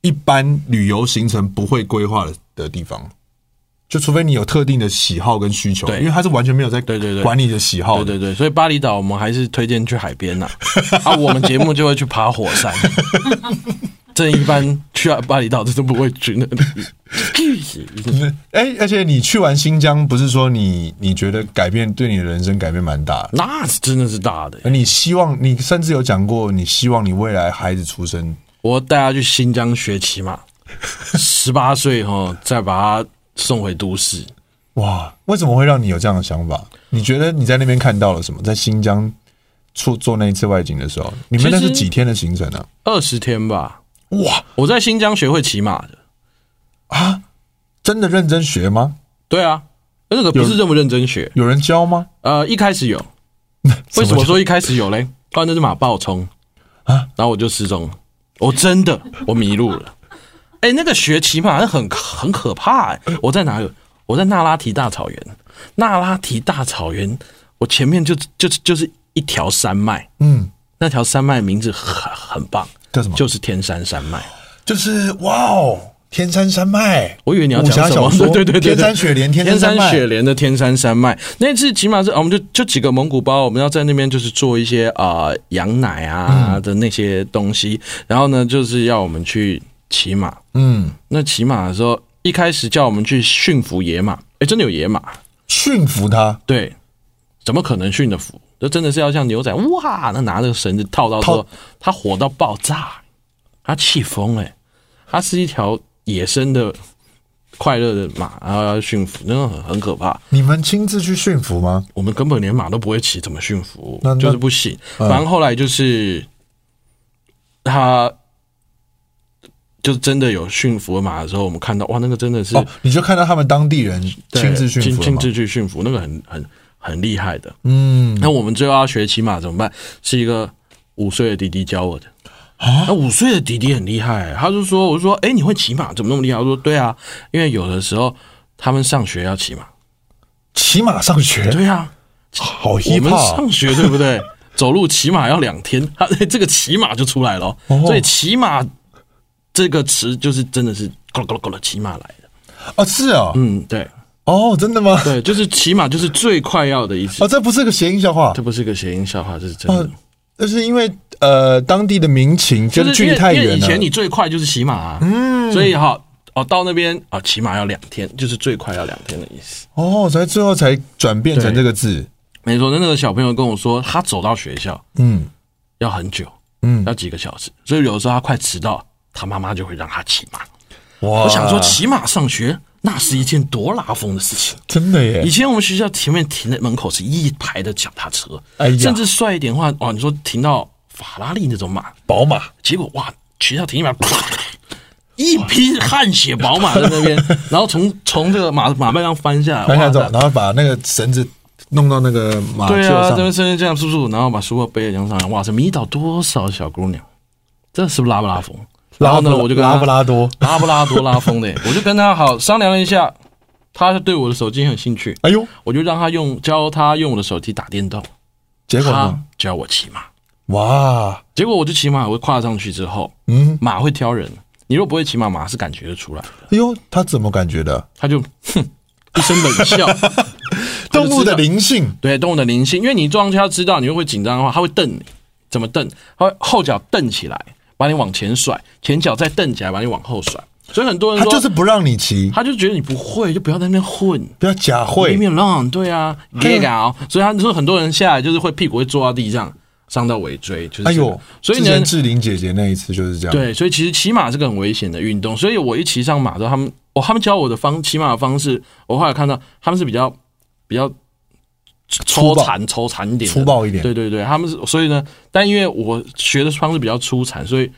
Speaker 1: 一般旅游行程不会规划的的地方，就除非你有特定的喜好跟需求，
Speaker 2: 对
Speaker 1: 因为他是完全没有在
Speaker 2: 对对对
Speaker 1: 管你的喜好
Speaker 2: 对
Speaker 1: 的。
Speaker 2: 对对，所以巴厘岛我们还是推荐去海
Speaker 1: (laughs)
Speaker 2: 边呐、啊，我们节目就会去爬火山。 (laughs) 这一般去巴厘岛这都不会去那 (laughs) 里。
Speaker 1: 哎、而且你去完新疆，不是说你你觉得改变对你的人生改变蛮大的，
Speaker 2: 那是真的是大的，
Speaker 1: 而你希望你甚至有讲过，你希望你未来孩子出生
Speaker 2: 我带他去新疆学骑马，十八岁哈，再把他送回都市。
Speaker 1: 哇，为什么会让你有这样的想法？你觉得你在那边看到了什么？在新疆做做那一次外景的时候，你们
Speaker 2: 其
Speaker 1: 那
Speaker 2: 实
Speaker 1: 是几天的行程啊？
Speaker 2: 二十天吧。
Speaker 1: 哇，
Speaker 2: 我在新疆学会骑马的，
Speaker 1: 真的认真学吗？
Speaker 2: 对啊，那个不是这么认真学。
Speaker 1: 有人教吗？
Speaker 2: 呃，一开始有，为什么说一开始有嘞？后来那只马爆冲啊，然后我就失踪了。我真的我迷路了。哎、那个学骑马那很很可怕哎、我在哪里？我在那拉提大草原。那拉提大草原，我前面就就就是一条山脉，
Speaker 1: 嗯，
Speaker 2: 那条山脉名字很很棒，
Speaker 1: 叫什么？就
Speaker 2: 就是天山山脉。
Speaker 1: 就是哇哦，天山山脉。
Speaker 2: 我以为你要
Speaker 1: 武侠
Speaker 2: 讲什
Speaker 1: 小
Speaker 2: 么？
Speaker 1: 说，
Speaker 2: (laughs) 对对对对，
Speaker 1: 天山雪莲，天
Speaker 2: 天
Speaker 1: 山
Speaker 2: 山
Speaker 1: 山
Speaker 2: 雪
Speaker 1: 脉。
Speaker 2: 莲的天山山脉。那次起码是，啊我们就就几个蒙古包，我们要在那边就是做一些啊、呃羊奶啊
Speaker 1: 嗯
Speaker 2: 的那些东西，然后呢就是要我们去骑马。
Speaker 1: 嗯，
Speaker 2: 那骑马的时候，一开始叫我们去驯服野马，哎，真的有野马，
Speaker 1: 驯服它，
Speaker 2: 对，怎么可能驯得服？这真的是要像牛仔哇，那拿着绳子套到之后，它火到爆炸，它气疯哎，它是一条野生的快乐的马，然后要驯服，那很很可怕。
Speaker 1: 你们亲自去驯服吗？
Speaker 2: 我们根本连马都不会骑，怎么驯服
Speaker 1: 那那？嗯
Speaker 2: 就是不行。反正后来就是他。就真的有驯服马的时候，我们看到哇，那个真的是
Speaker 1: 哦，你就看到他们当地人
Speaker 2: 对
Speaker 1: 亲自驯服
Speaker 2: 亲
Speaker 1: 了
Speaker 2: 亲
Speaker 1: 吗
Speaker 2: 自去驯服，那个很很很厉害的。
Speaker 1: 嗯，
Speaker 2: 那我们最后要学骑马怎么办？是一个五岁的弟弟教我的。
Speaker 1: 啊
Speaker 2: 那五岁的弟弟很厉害，他就说，我就说，哎、你会骑马，怎么那么厉害？我说，对啊，因为有的时候他们上学要骑马，
Speaker 1: 骑马上学，
Speaker 2: 对啊，
Speaker 1: 好啊
Speaker 2: 我
Speaker 1: hip
Speaker 2: 们
Speaker 1: hop
Speaker 2: 上学对不对？
Speaker 1: (laughs)
Speaker 2: 走路骑马要两天，他哎这个骑马就出来了哦，
Speaker 1: 哦
Speaker 2: 所以骑马这个词就是真的是咕噜咕噜咕噜骑马来的，
Speaker 1: 哦，是哦，
Speaker 2: 嗯，对
Speaker 1: 哦，真的吗？
Speaker 2: 对，就是骑马就是最快要的一次
Speaker 1: 哦，，这不是个谐音笑话
Speaker 2: 这，不是个谐音笑话，这是真的。
Speaker 1: 呃那是因为呃当地的民情
Speaker 2: 就
Speaker 1: 跟
Speaker 2: 是
Speaker 1: 距
Speaker 2: 因为
Speaker 1: 离太
Speaker 2: 因为
Speaker 1: 远
Speaker 2: 以
Speaker 1: 了。
Speaker 2: 前你最快就是骑马、啊，嗯，所以哈哦到那边啊、哦、骑马要两天，就是最快要两天的意思。
Speaker 1: 哦，所以最后才转变成
Speaker 2: 对
Speaker 1: 这个字。
Speaker 2: 没错，那那个小朋友跟我说，他走到学校
Speaker 1: 嗯
Speaker 2: 要很久，
Speaker 1: 嗯，
Speaker 2: 要几个小时，所以有的时候他快迟到，他妈妈就会让他骑马。
Speaker 1: 哇
Speaker 2: 我想说，骑马上学那是一件多拉风的事情。
Speaker 1: 真的耶
Speaker 2: 以！前我们学校前面停在门口是一排的脚踏车，
Speaker 1: 哎呀
Speaker 2: 甚至帅一点的话，哦哇，你说停到法拉利那种马，
Speaker 1: 宝马
Speaker 2: 结果哇，学校停一秒，啪 (laughs) 一匹汗血宝马在
Speaker 1: (laughs)
Speaker 2: 那边，然后从从这个马马背上翻下来，
Speaker 1: 翻下走
Speaker 2: 哇，
Speaker 1: 然后把那个绳子弄到那个马厩
Speaker 2: 对啊，这
Speaker 1: 上。
Speaker 2: 边伸这样叔叔，然后把书包背在墙上，哇塞，迷倒多少小姑娘，这是不是拉不拉风？然后呢，我就跟他
Speaker 1: 拉布拉多，
Speaker 2: 拉布拉多拉风的 (laughs) 欸，我就跟他好商量一下，他对我的手机很有兴趣，
Speaker 1: 哎呦，
Speaker 2: 我就让他用教他用我的手机打电动，
Speaker 1: 结果
Speaker 2: 他
Speaker 1: 呢？
Speaker 2: 教我骑马，
Speaker 1: 哇，
Speaker 2: 结果我就骑马，我跨上去之后，
Speaker 1: 嗯，
Speaker 2: 马会挑人，你若不会骑马，马是感觉得出来的，
Speaker 1: 哎呦，他怎么感觉的？
Speaker 2: 他就哼一声冷
Speaker 1: (laughs)
Speaker 2: 笑，
Speaker 1: 动物的灵性，
Speaker 2: 对动物的灵性，因为你撞车知道你又会紧张的话，它会瞪你，怎么瞪？它会后脚蹬起来，把你往前甩，前脚再蹬起来，把你往后甩。所以很多人
Speaker 1: 他
Speaker 2: 说，
Speaker 1: 就是不让你骑，
Speaker 2: 他就觉得你不会，就不要在那边混。
Speaker 1: 不要假会嗯
Speaker 2: Leave。me alone，对啊，get out。所以他说很多人下来就是会屁股会坐到地上，伤到尾椎，就是、
Speaker 1: 哎呦，
Speaker 2: 所以
Speaker 1: 之
Speaker 2: 呢
Speaker 1: 前，志玲姐姐那一次就是这样，，
Speaker 2: 对，所以其实骑马是个很危险的运动。所以我一骑上马之后，他们我他们教我的方骑马的方式，我后来看到他们是比较比较
Speaker 1: 粗
Speaker 2: 抽
Speaker 1: 暴
Speaker 2: 残抽残一点的，
Speaker 1: 粗暴一点
Speaker 2: 对对对，他们是所以呢，但因为我学的方式比较粗残，所以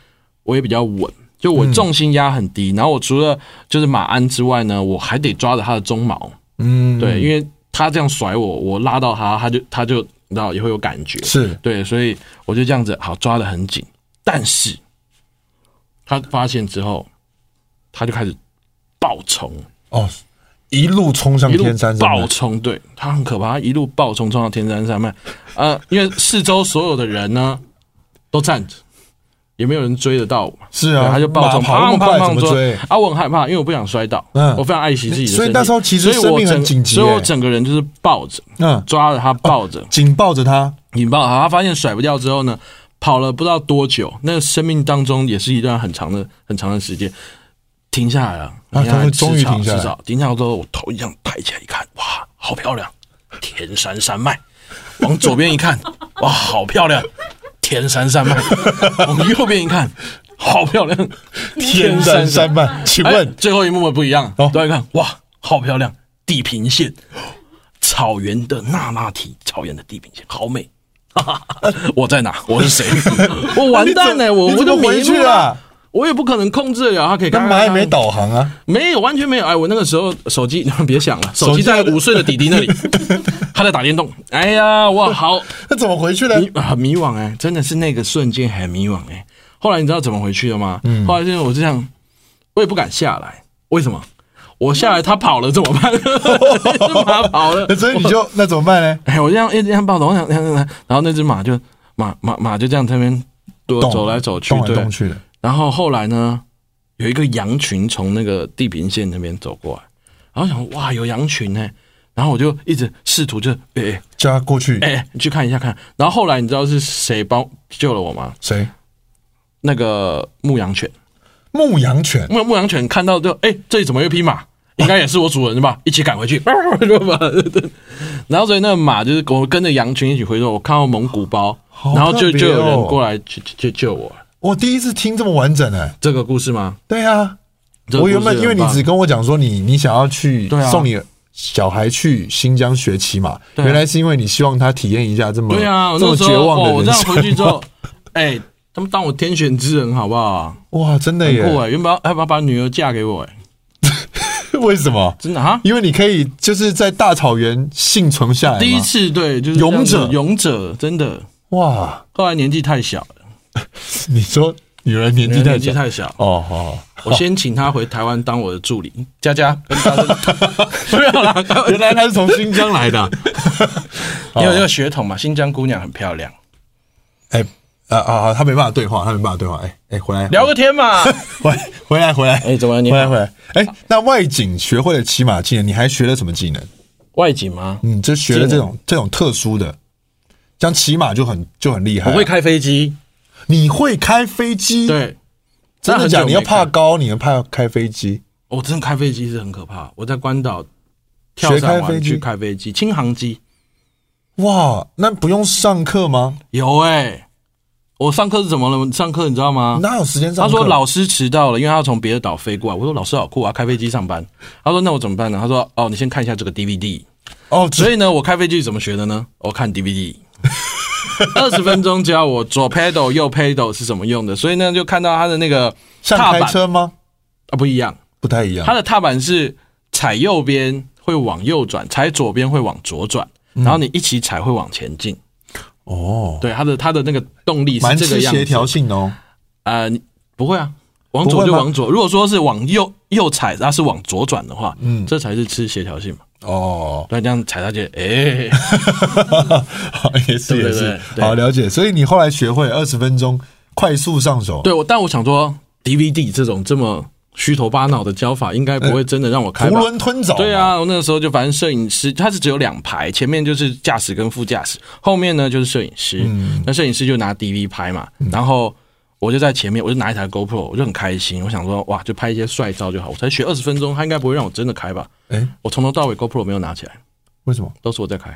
Speaker 2: 我也比较稳。就我重心压很低，然后我除了就是马鞍之外呢，我还得抓着它的鬃毛，
Speaker 1: 嗯，
Speaker 2: 对，因为他这样甩我，我拉到他，他就他就你知道也会有感觉，
Speaker 1: 是
Speaker 2: 对，所以我就这样子好抓得很紧，但是他发现之后，他就开始爆冲，
Speaker 1: 哦，一路冲上
Speaker 2: 一路
Speaker 1: 天山上
Speaker 2: 爆
Speaker 1: 来，
Speaker 2: 冲，对他很可怕，他一路爆冲冲到天山上面，呃，因为四周所有的人呢都站着，也没有人追得到我嘛。
Speaker 1: 是
Speaker 2: 对
Speaker 1: 啊，
Speaker 2: 他就暴冲，
Speaker 1: 马跑那
Speaker 2: 砰
Speaker 1: 么
Speaker 2: 砰
Speaker 1: 快怎
Speaker 2: 砰
Speaker 1: 么追
Speaker 2: 追？啊，我很害怕，因为我不想摔倒，
Speaker 1: 嗯
Speaker 2: 我非常爱惜自己的身体，
Speaker 1: 所以那时候其实
Speaker 2: 所以我
Speaker 1: 生命很
Speaker 2: 整
Speaker 1: 紧急
Speaker 2: 所以我
Speaker 1: 欸
Speaker 2: 整个人就是抱着，
Speaker 1: 嗯，
Speaker 2: 抓着他抱着，
Speaker 1: 紧抱着他，
Speaker 2: 引爆他，他发现甩不掉之后呢，跑了不知道多久，那生命当中也是一段很长的很长的时间，停下来了，
Speaker 1: 啊他们终于
Speaker 2: 至少
Speaker 1: 停下来
Speaker 2: 至少停下来之后，我头一样抬起来一看，哇，好漂亮，天山山脉，往左边一看，哇，好漂亮，天山山脉，往右边一看，好漂亮，
Speaker 1: 天山山脉，请
Speaker 2: 哎，
Speaker 1: 问
Speaker 2: 最后一幕不一样，
Speaker 1: 哦
Speaker 2: 大家看，哇，好漂亮，地平线，草原的那拉提，草原的地平线，好美。 (laughs) 我在哪？我
Speaker 1: (laughs)
Speaker 2: 是谁？我哎完蛋了、
Speaker 1: 你怎
Speaker 2: 我
Speaker 1: 你
Speaker 2: 我
Speaker 1: 怎
Speaker 2: 就
Speaker 1: 么
Speaker 2: 迷
Speaker 1: 回去
Speaker 2: 路了
Speaker 1: 啊？
Speaker 2: 我也不可能控制得了，他可以
Speaker 1: 那
Speaker 2: 干
Speaker 1: 马也没，导航啊，
Speaker 2: 没有，完全没有。哎，我那个时候手机 (laughs) 别想了，手
Speaker 1: 手
Speaker 2: 机
Speaker 1: 机
Speaker 2: 在五岁的弟弟那
Speaker 1: (laughs)
Speaker 2: 里，他在打电动。哎呀，我好
Speaker 1: 那怎么回去呢？
Speaker 2: 迷很迷惘哎、真的是那个瞬间很迷惘哎、后来你知道怎么回去的吗？嗯，后来就是我这样，我也不敢下来，为什么？我下来他跑了怎么办？ (laughs) 马跑了，
Speaker 1: (laughs) 所以你就那怎么办呢？
Speaker 2: 哎，我这样一直这样抱着，我想，然后那只马就马马马就这样在那边多
Speaker 1: 动
Speaker 2: 走来走去，
Speaker 1: 动来
Speaker 2: 对。
Speaker 1: 动去的，
Speaker 2: 然后后来呢，有一个羊群从那个地平线那边走过来，然后想哇有羊群呢、欸然后我就一直试图就哎哎
Speaker 1: 叫他过去，
Speaker 2: 哎你去看一下看。然后后来你知道是谁帮救了我吗？
Speaker 1: 谁？
Speaker 2: 那个牧羊犬，
Speaker 1: 牧羊犬，
Speaker 2: 牧牧羊犬看到就哎、这里怎么有一匹马？应该也是我主人的吧？一起赶回去， (laughs) 然后所以那个马就是我跟着羊群一起回头，我看到蒙古包，
Speaker 1: 好
Speaker 2: 然后就
Speaker 1: 特别哦
Speaker 2: 就有人过来去去去救我。
Speaker 1: 我第一次听这么完整哎，
Speaker 2: 这个故事吗？
Speaker 1: 对啊，
Speaker 2: 这
Speaker 1: 我
Speaker 2: 个故事
Speaker 1: 原本因为
Speaker 2: 很
Speaker 1: 你
Speaker 2: 棒
Speaker 1: 只跟我讲说你你想要去
Speaker 2: 对啊
Speaker 1: 送你小孩去新疆学骑马，
Speaker 2: 对啊
Speaker 1: 原来是因为你希望他体验一下这么
Speaker 2: 对啊，我
Speaker 1: 这么
Speaker 2: 那时候
Speaker 1: 绝望
Speaker 2: 哇
Speaker 1: 的
Speaker 2: 我
Speaker 1: 人
Speaker 2: 这样回去之
Speaker 1: 生。啊
Speaker 2: 后，哎，他们当我天选之人好不好？
Speaker 1: 哇，真的
Speaker 2: 很酷
Speaker 1: 耶！
Speaker 2: 哎，原本要还把把女儿嫁给我哎，
Speaker 1: (laughs) 为什么？
Speaker 2: 真的哈。
Speaker 1: 因为你可以就是在大草原幸存下来嘛。
Speaker 2: 第一次对，就是这样
Speaker 1: 勇
Speaker 2: 子
Speaker 1: 者
Speaker 2: 勇者真的。
Speaker 1: 哇，
Speaker 2: 后来年纪太小了，
Speaker 1: 你说女人年纪太
Speaker 2: 年纪
Speaker 1: 小
Speaker 2: 太小，
Speaker 1: 哦，好，
Speaker 2: (laughs) 我先请他回台湾当我的助理，佳佳，跟他
Speaker 1: (laughs)
Speaker 2: 的没有啦，开玩笑
Speaker 1: 原来哦他是从新疆来的啊。
Speaker 2: 因为这个血统嘛，新疆姑娘很漂亮，
Speaker 1: 哎啊啊，啊他没办法对话，他没办法对话。哎哎，回来
Speaker 2: 聊个天嘛。
Speaker 1: 回回来回来，
Speaker 2: 哎怎么了你
Speaker 1: 回来回来。哎，那外景学会了骑马技能，你还学了什么技能？
Speaker 2: 外景吗？
Speaker 1: 嗯，就学了这种这种特殊的，像骑马就很就很厉害
Speaker 2: 我
Speaker 1: 啊。
Speaker 2: 会开飞机，
Speaker 1: 你会开飞机？，
Speaker 2: 对，
Speaker 1: 真的
Speaker 2: 那很久
Speaker 1: 假的？你要
Speaker 2: 没开
Speaker 1: 怕高，你要怕开飞机？
Speaker 2: 哦我、真的开飞机是很可怕。我在关岛跳
Speaker 1: 学开
Speaker 2: 伞
Speaker 1: 飞
Speaker 2: 完
Speaker 1: 机
Speaker 2: 去开飞机，轻航机
Speaker 1: 哇，那不用上课吗？
Speaker 2: 有哎、我上课是怎么了？上课你知道吗？
Speaker 1: 哪有时间上
Speaker 2: 他
Speaker 1: 课？
Speaker 2: 说老师迟到了，因为他要从别的岛飞过来。我说老师好酷啊，开飞机上班。他说那我怎么办呢？他说哦，你先看一下这
Speaker 1: (laughs)
Speaker 2: 个 DVD。
Speaker 1: 哦，
Speaker 2: 所以呢，我开飞机怎么学的呢？我看 DVD。二十分钟教我左 pedal 右 pedal 是怎么用的，所以呢就看到他的那个
Speaker 1: 像
Speaker 2: 踏
Speaker 1: 开
Speaker 2: 板
Speaker 1: 车吗？
Speaker 2: 啊不一样，
Speaker 1: 不太一样
Speaker 2: 它。的踏板是踩右边会往右转，踩左边会往左转，
Speaker 1: 嗯
Speaker 2: 然后你一起踩会往前进。
Speaker 1: 哦，
Speaker 2: 对，它的它的那个动力是
Speaker 1: 蛮
Speaker 2: 这个
Speaker 1: 吃
Speaker 2: 样
Speaker 1: 协
Speaker 2: 子。
Speaker 1: 调性的哦。
Speaker 2: 呃，你不会啊，往左
Speaker 1: 不
Speaker 2: 就
Speaker 1: 会吗
Speaker 2: 往左。如果说是往右右踩，啊它是往左转的话，嗯，这才是吃协调性嘛。
Speaker 1: 哦，
Speaker 2: 那这样踩下去，哎、
Speaker 1: 好也是
Speaker 2: 对
Speaker 1: 也
Speaker 2: 对
Speaker 1: 是，
Speaker 2: 对
Speaker 1: 好了解。所以你后来学会二十分钟快速上手，
Speaker 2: (laughs) 对，我但我想说，DVD 这种这么虚头巴脑的教法，应该不会真的让我开
Speaker 1: 囫
Speaker 2: 吧？
Speaker 1: 囵吞枣。
Speaker 2: 对，啊，我那个时候就反正摄影师他是只有两排，前面就是驾驶跟副驾驶，后面呢就是摄影师。
Speaker 1: 嗯
Speaker 2: 那摄影师就拿 DV 拍嘛，然后我就在前面，我就拿一台 GoPro，我就很开心，我想说哇，就拍一些帅照就好。我才学二十分钟，他应该不会让我真的开吧？
Speaker 1: 哎，
Speaker 2: 我从头到尾 GoPro 没有拿起来，
Speaker 1: 为什么？
Speaker 2: 都是我在开。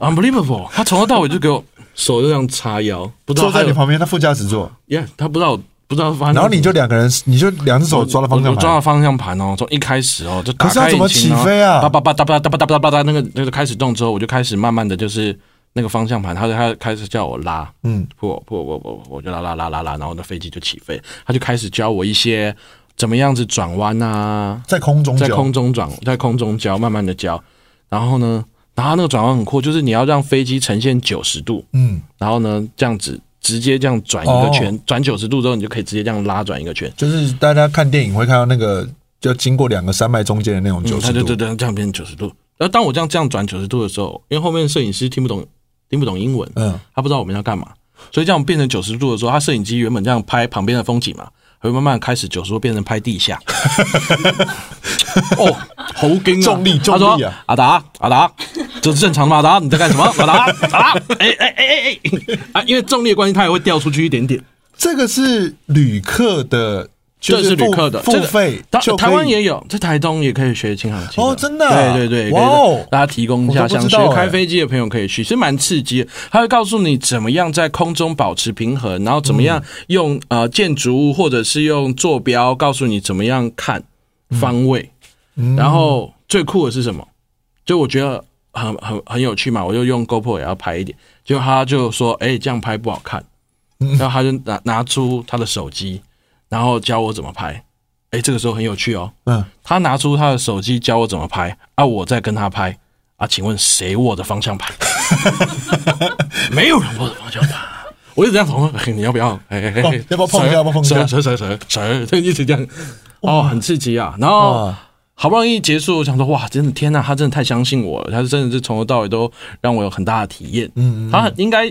Speaker 2: Unbelievable！他从头到尾就给我手就这样叉腰，不知道
Speaker 1: 坐
Speaker 2: 他
Speaker 1: 在
Speaker 2: 有
Speaker 1: 你旁边，他副驾驶座，
Speaker 2: ，yeah, 他不知道不知道发生什么事。
Speaker 1: 然后你就两个人，你就两只手抓了方向
Speaker 2: 我抓到
Speaker 1: 盘，
Speaker 2: 方向盘哦，从一开始哦，就打
Speaker 1: 可是要
Speaker 2: 开
Speaker 1: 怎么
Speaker 2: 引擎哦
Speaker 1: 起飞啊
Speaker 2: 叭叭叭哒叭哒叭哒叭哒叭，那个那个开始动之后，我就开始慢慢的就是那个方向盘，他就他开始叫我拉，
Speaker 1: 嗯，
Speaker 2: 破破我我我就拉拉拉拉拉，然后那飞机就起飞，他就开始教我一些怎么样子转弯啊，
Speaker 1: 在空中
Speaker 2: 在
Speaker 1: 就
Speaker 2: 空中转，在空中教，慢慢的教，然后呢，然后那个转弯很酷，就是你要让飞机呈现九十度，
Speaker 1: 嗯，
Speaker 2: 然后呢这样子直接这样转一个
Speaker 1: 哦
Speaker 2: 圈，转九十度之后，你就可以直接这样拉转一个圈。
Speaker 1: 就是大家看电影会看到那个，就经过两个山脉中间的那种九
Speaker 2: 他
Speaker 1: 十
Speaker 2: 就
Speaker 1: 度
Speaker 2: 嗯对，对，这样变九十度。然后当我这样这样转九十度的时候，因为后面摄影师听不懂听不懂英文，
Speaker 1: 嗯，
Speaker 2: 他不知道我们要干嘛，所以这样变成九十度的时候，他摄影机原本这样拍旁边的风景嘛，会慢慢开始九十度变成拍
Speaker 1: (laughs)
Speaker 2: 地下。哦，猴精啊！
Speaker 1: 重力重
Speaker 2: 他
Speaker 1: 力
Speaker 2: 说
Speaker 1: 啊
Speaker 2: 阿达阿达，这是正常的吗？阿达你在
Speaker 1: (laughs)
Speaker 2: 干什么？阿达阿达，哎哎哎哎哎啊！因为重力的关系，它也会掉出去一点点。
Speaker 1: 这个是旅客的，就
Speaker 2: 这是旅客的
Speaker 1: 付
Speaker 2: 这
Speaker 1: 付
Speaker 2: 个
Speaker 1: 费
Speaker 2: 台
Speaker 1: 就可以
Speaker 2: 台湾也有，在台东也可以学轻航机
Speaker 1: 哦真的啊
Speaker 2: 对对对，
Speaker 1: 哇
Speaker 2: 哇
Speaker 1: 哦
Speaker 2: 哦，大家提供一
Speaker 1: 我
Speaker 2: 下，
Speaker 1: 都不
Speaker 2: 想
Speaker 1: 知道
Speaker 2: 学
Speaker 1: 欸
Speaker 2: 开飞机的朋友可以去，是蛮刺激的。他会告诉你怎么样在空中保持平衡，然后怎么
Speaker 1: 嗯
Speaker 2: 样用呃建筑物或者是用坐标告诉你怎么样看
Speaker 1: 嗯
Speaker 2: 方位，然后最酷的是什么？就我觉得很很很有趣嘛，我就用 GoPro 也要拍一点，结果他就说：“哎、这样拍不好看。”
Speaker 1: 嗯
Speaker 2: 然后他就拿拿出他的手机，然后教我怎么拍。哎、这个时候很有趣哦，
Speaker 1: 嗯，
Speaker 2: 他拿出他的手机教我怎么拍，啊，我在跟他拍。啊，请问谁握着方
Speaker 1: (laughs)
Speaker 2: 向盘？没有人握着方向盘。我一直这样讨论，嘿你要不要？哎、嘿嘿嘿
Speaker 1: 要不要碰一下
Speaker 2: 谁
Speaker 1: 要不要碰一下
Speaker 2: 谁谁谁谁， (laughs) 就一直这样，哦，很刺激啊。然后
Speaker 1: 啊，
Speaker 2: 好不容易结束，我想说哇，真的天呐，他真的太相信我了，他真的是从头到尾都让我有很大的体验。
Speaker 1: 嗯，
Speaker 2: 他应该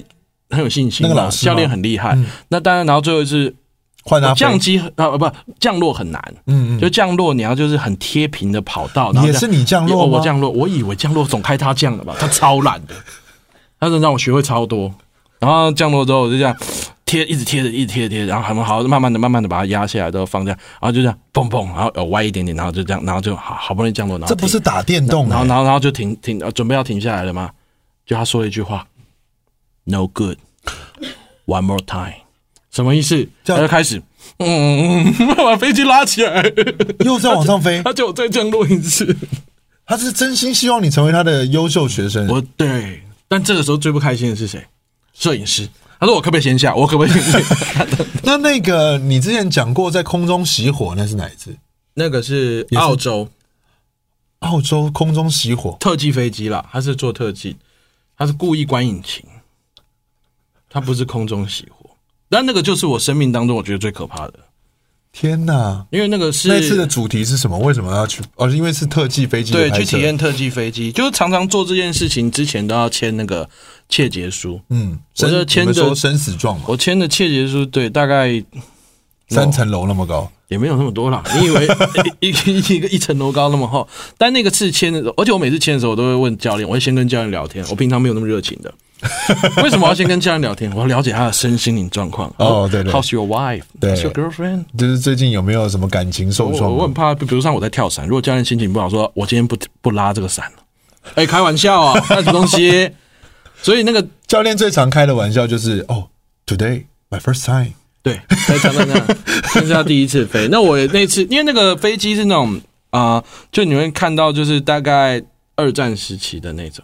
Speaker 2: 很有信心吧，啊
Speaker 1: 那个老师吗嗯
Speaker 2: 教练很厉害。那当然，然后最后是
Speaker 1: 换他飞
Speaker 2: 降机啊，不降落很难，
Speaker 1: 嗯嗯，
Speaker 2: 就降落你要就是很贴平的跑道，然后
Speaker 1: 也
Speaker 2: 这样
Speaker 1: 是你降落
Speaker 2: 哦我
Speaker 1: 吗？
Speaker 2: 降落，我以为降落总开他降了吧，他超懒的，他真的让我学会超多。然后降落之后我就这样贴，一直贴着，一直贴着贴着，然后很好，慢慢的、慢慢的把它压下来，之后放下，然后就这样蹦蹦，然后有歪一点点，然后就这样，然后就好好不容易降落，然
Speaker 1: 这
Speaker 2: 后
Speaker 1: 不是
Speaker 2: 停，
Speaker 1: 打电动
Speaker 2: 然后
Speaker 1: 啊，
Speaker 2: 然后然后就停停，呃准备要停下来了嘛，就他说了一句话，No good。One more time，什么意思？
Speaker 1: 这
Speaker 2: 他
Speaker 1: 样
Speaker 2: 就开始，嗯， (laughs) 把飞机拉起来， (laughs)
Speaker 1: 又在往上飞，
Speaker 2: 他就再降落一次。
Speaker 1: 他是真心希望你成为他的优秀学生。
Speaker 2: 我对，但这个时候最不开心的是谁？摄影师。他说：“我可不可以先下？我可不可以先下 (laughs)
Speaker 1: 那那个你之前讲过在空中熄火，那是哪一次？
Speaker 2: 那个是澳洲
Speaker 1: 澳洲空中熄火，
Speaker 2: 特技飞机啦，他是做特技，他是故意关引擎，他不是空中熄火。但那个就是我生命当中我觉得最可怕的，
Speaker 1: 天哪！
Speaker 2: 因为那个是
Speaker 1: 那次的主题是什么？为什么要去？哦，是因为是特技飞机的
Speaker 2: 对
Speaker 1: 拍摄
Speaker 2: 去体。验特技飞机，就是常常做这件事情之前都要签那个切结书。
Speaker 1: 嗯，
Speaker 2: 我
Speaker 1: 生
Speaker 2: 就
Speaker 1: 你
Speaker 2: 牵
Speaker 1: 们
Speaker 2: 着
Speaker 1: 说生死状嘛，
Speaker 2: 我签的切结书，对，大概
Speaker 1: 三层楼那么高，
Speaker 2: 也没有那么多
Speaker 1: (laughs)
Speaker 2: 啦，你以为一一一个一层楼高那么厚？但那个次签的时候，而且我每次签的时候，我都会问教练，我会先跟教练聊天。我平常没有那么热情
Speaker 1: (laughs)
Speaker 2: 的，为什么我要先跟教练聊天？我要了解他的身心灵状况。
Speaker 1: 哦对对
Speaker 2: ，How's your wife？
Speaker 1: 对
Speaker 2: How's your girlfriend？
Speaker 1: 就是最近有没有什么感情受
Speaker 2: 我
Speaker 1: 创？
Speaker 2: 我很怕，比如像我在跳伞，如果教练心情不好，说我今天不不拉这个伞了， (laughs) 哎、开玩
Speaker 1: (laughs)
Speaker 2: 笑啊，那什么东西？所以那个
Speaker 1: 教练最常开的玩笑就是哦，today my first time，
Speaker 2: 对，在长滩
Speaker 1: (laughs)
Speaker 2: 上，这是他第一次飞。那我也那次，因为那个飞机是那种啊、呃就你会看到就是大概二战时期的那种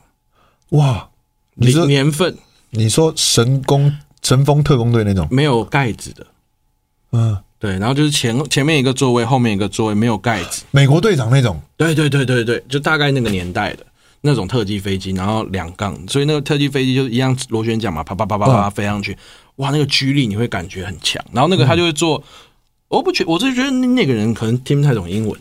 Speaker 1: 哇！你说
Speaker 2: 零年份，
Speaker 1: 你说神工神风特工队那种，
Speaker 2: 没有盖子的。
Speaker 1: 嗯，
Speaker 2: 对，然后就是前前面一个座位，后面一个座位没有盖子。
Speaker 1: 美国队长那种，
Speaker 2: 对对对对对，就大概那个年代的那种特技飞机，然后两杠，所以那个特技飞机就是一样嗯螺旋桨嘛，啪啪啪啪啪飞上去，哇，那个居力你会感觉很强。然后那个它就会做我不觉，我就觉得那个人可能听不太懂英文。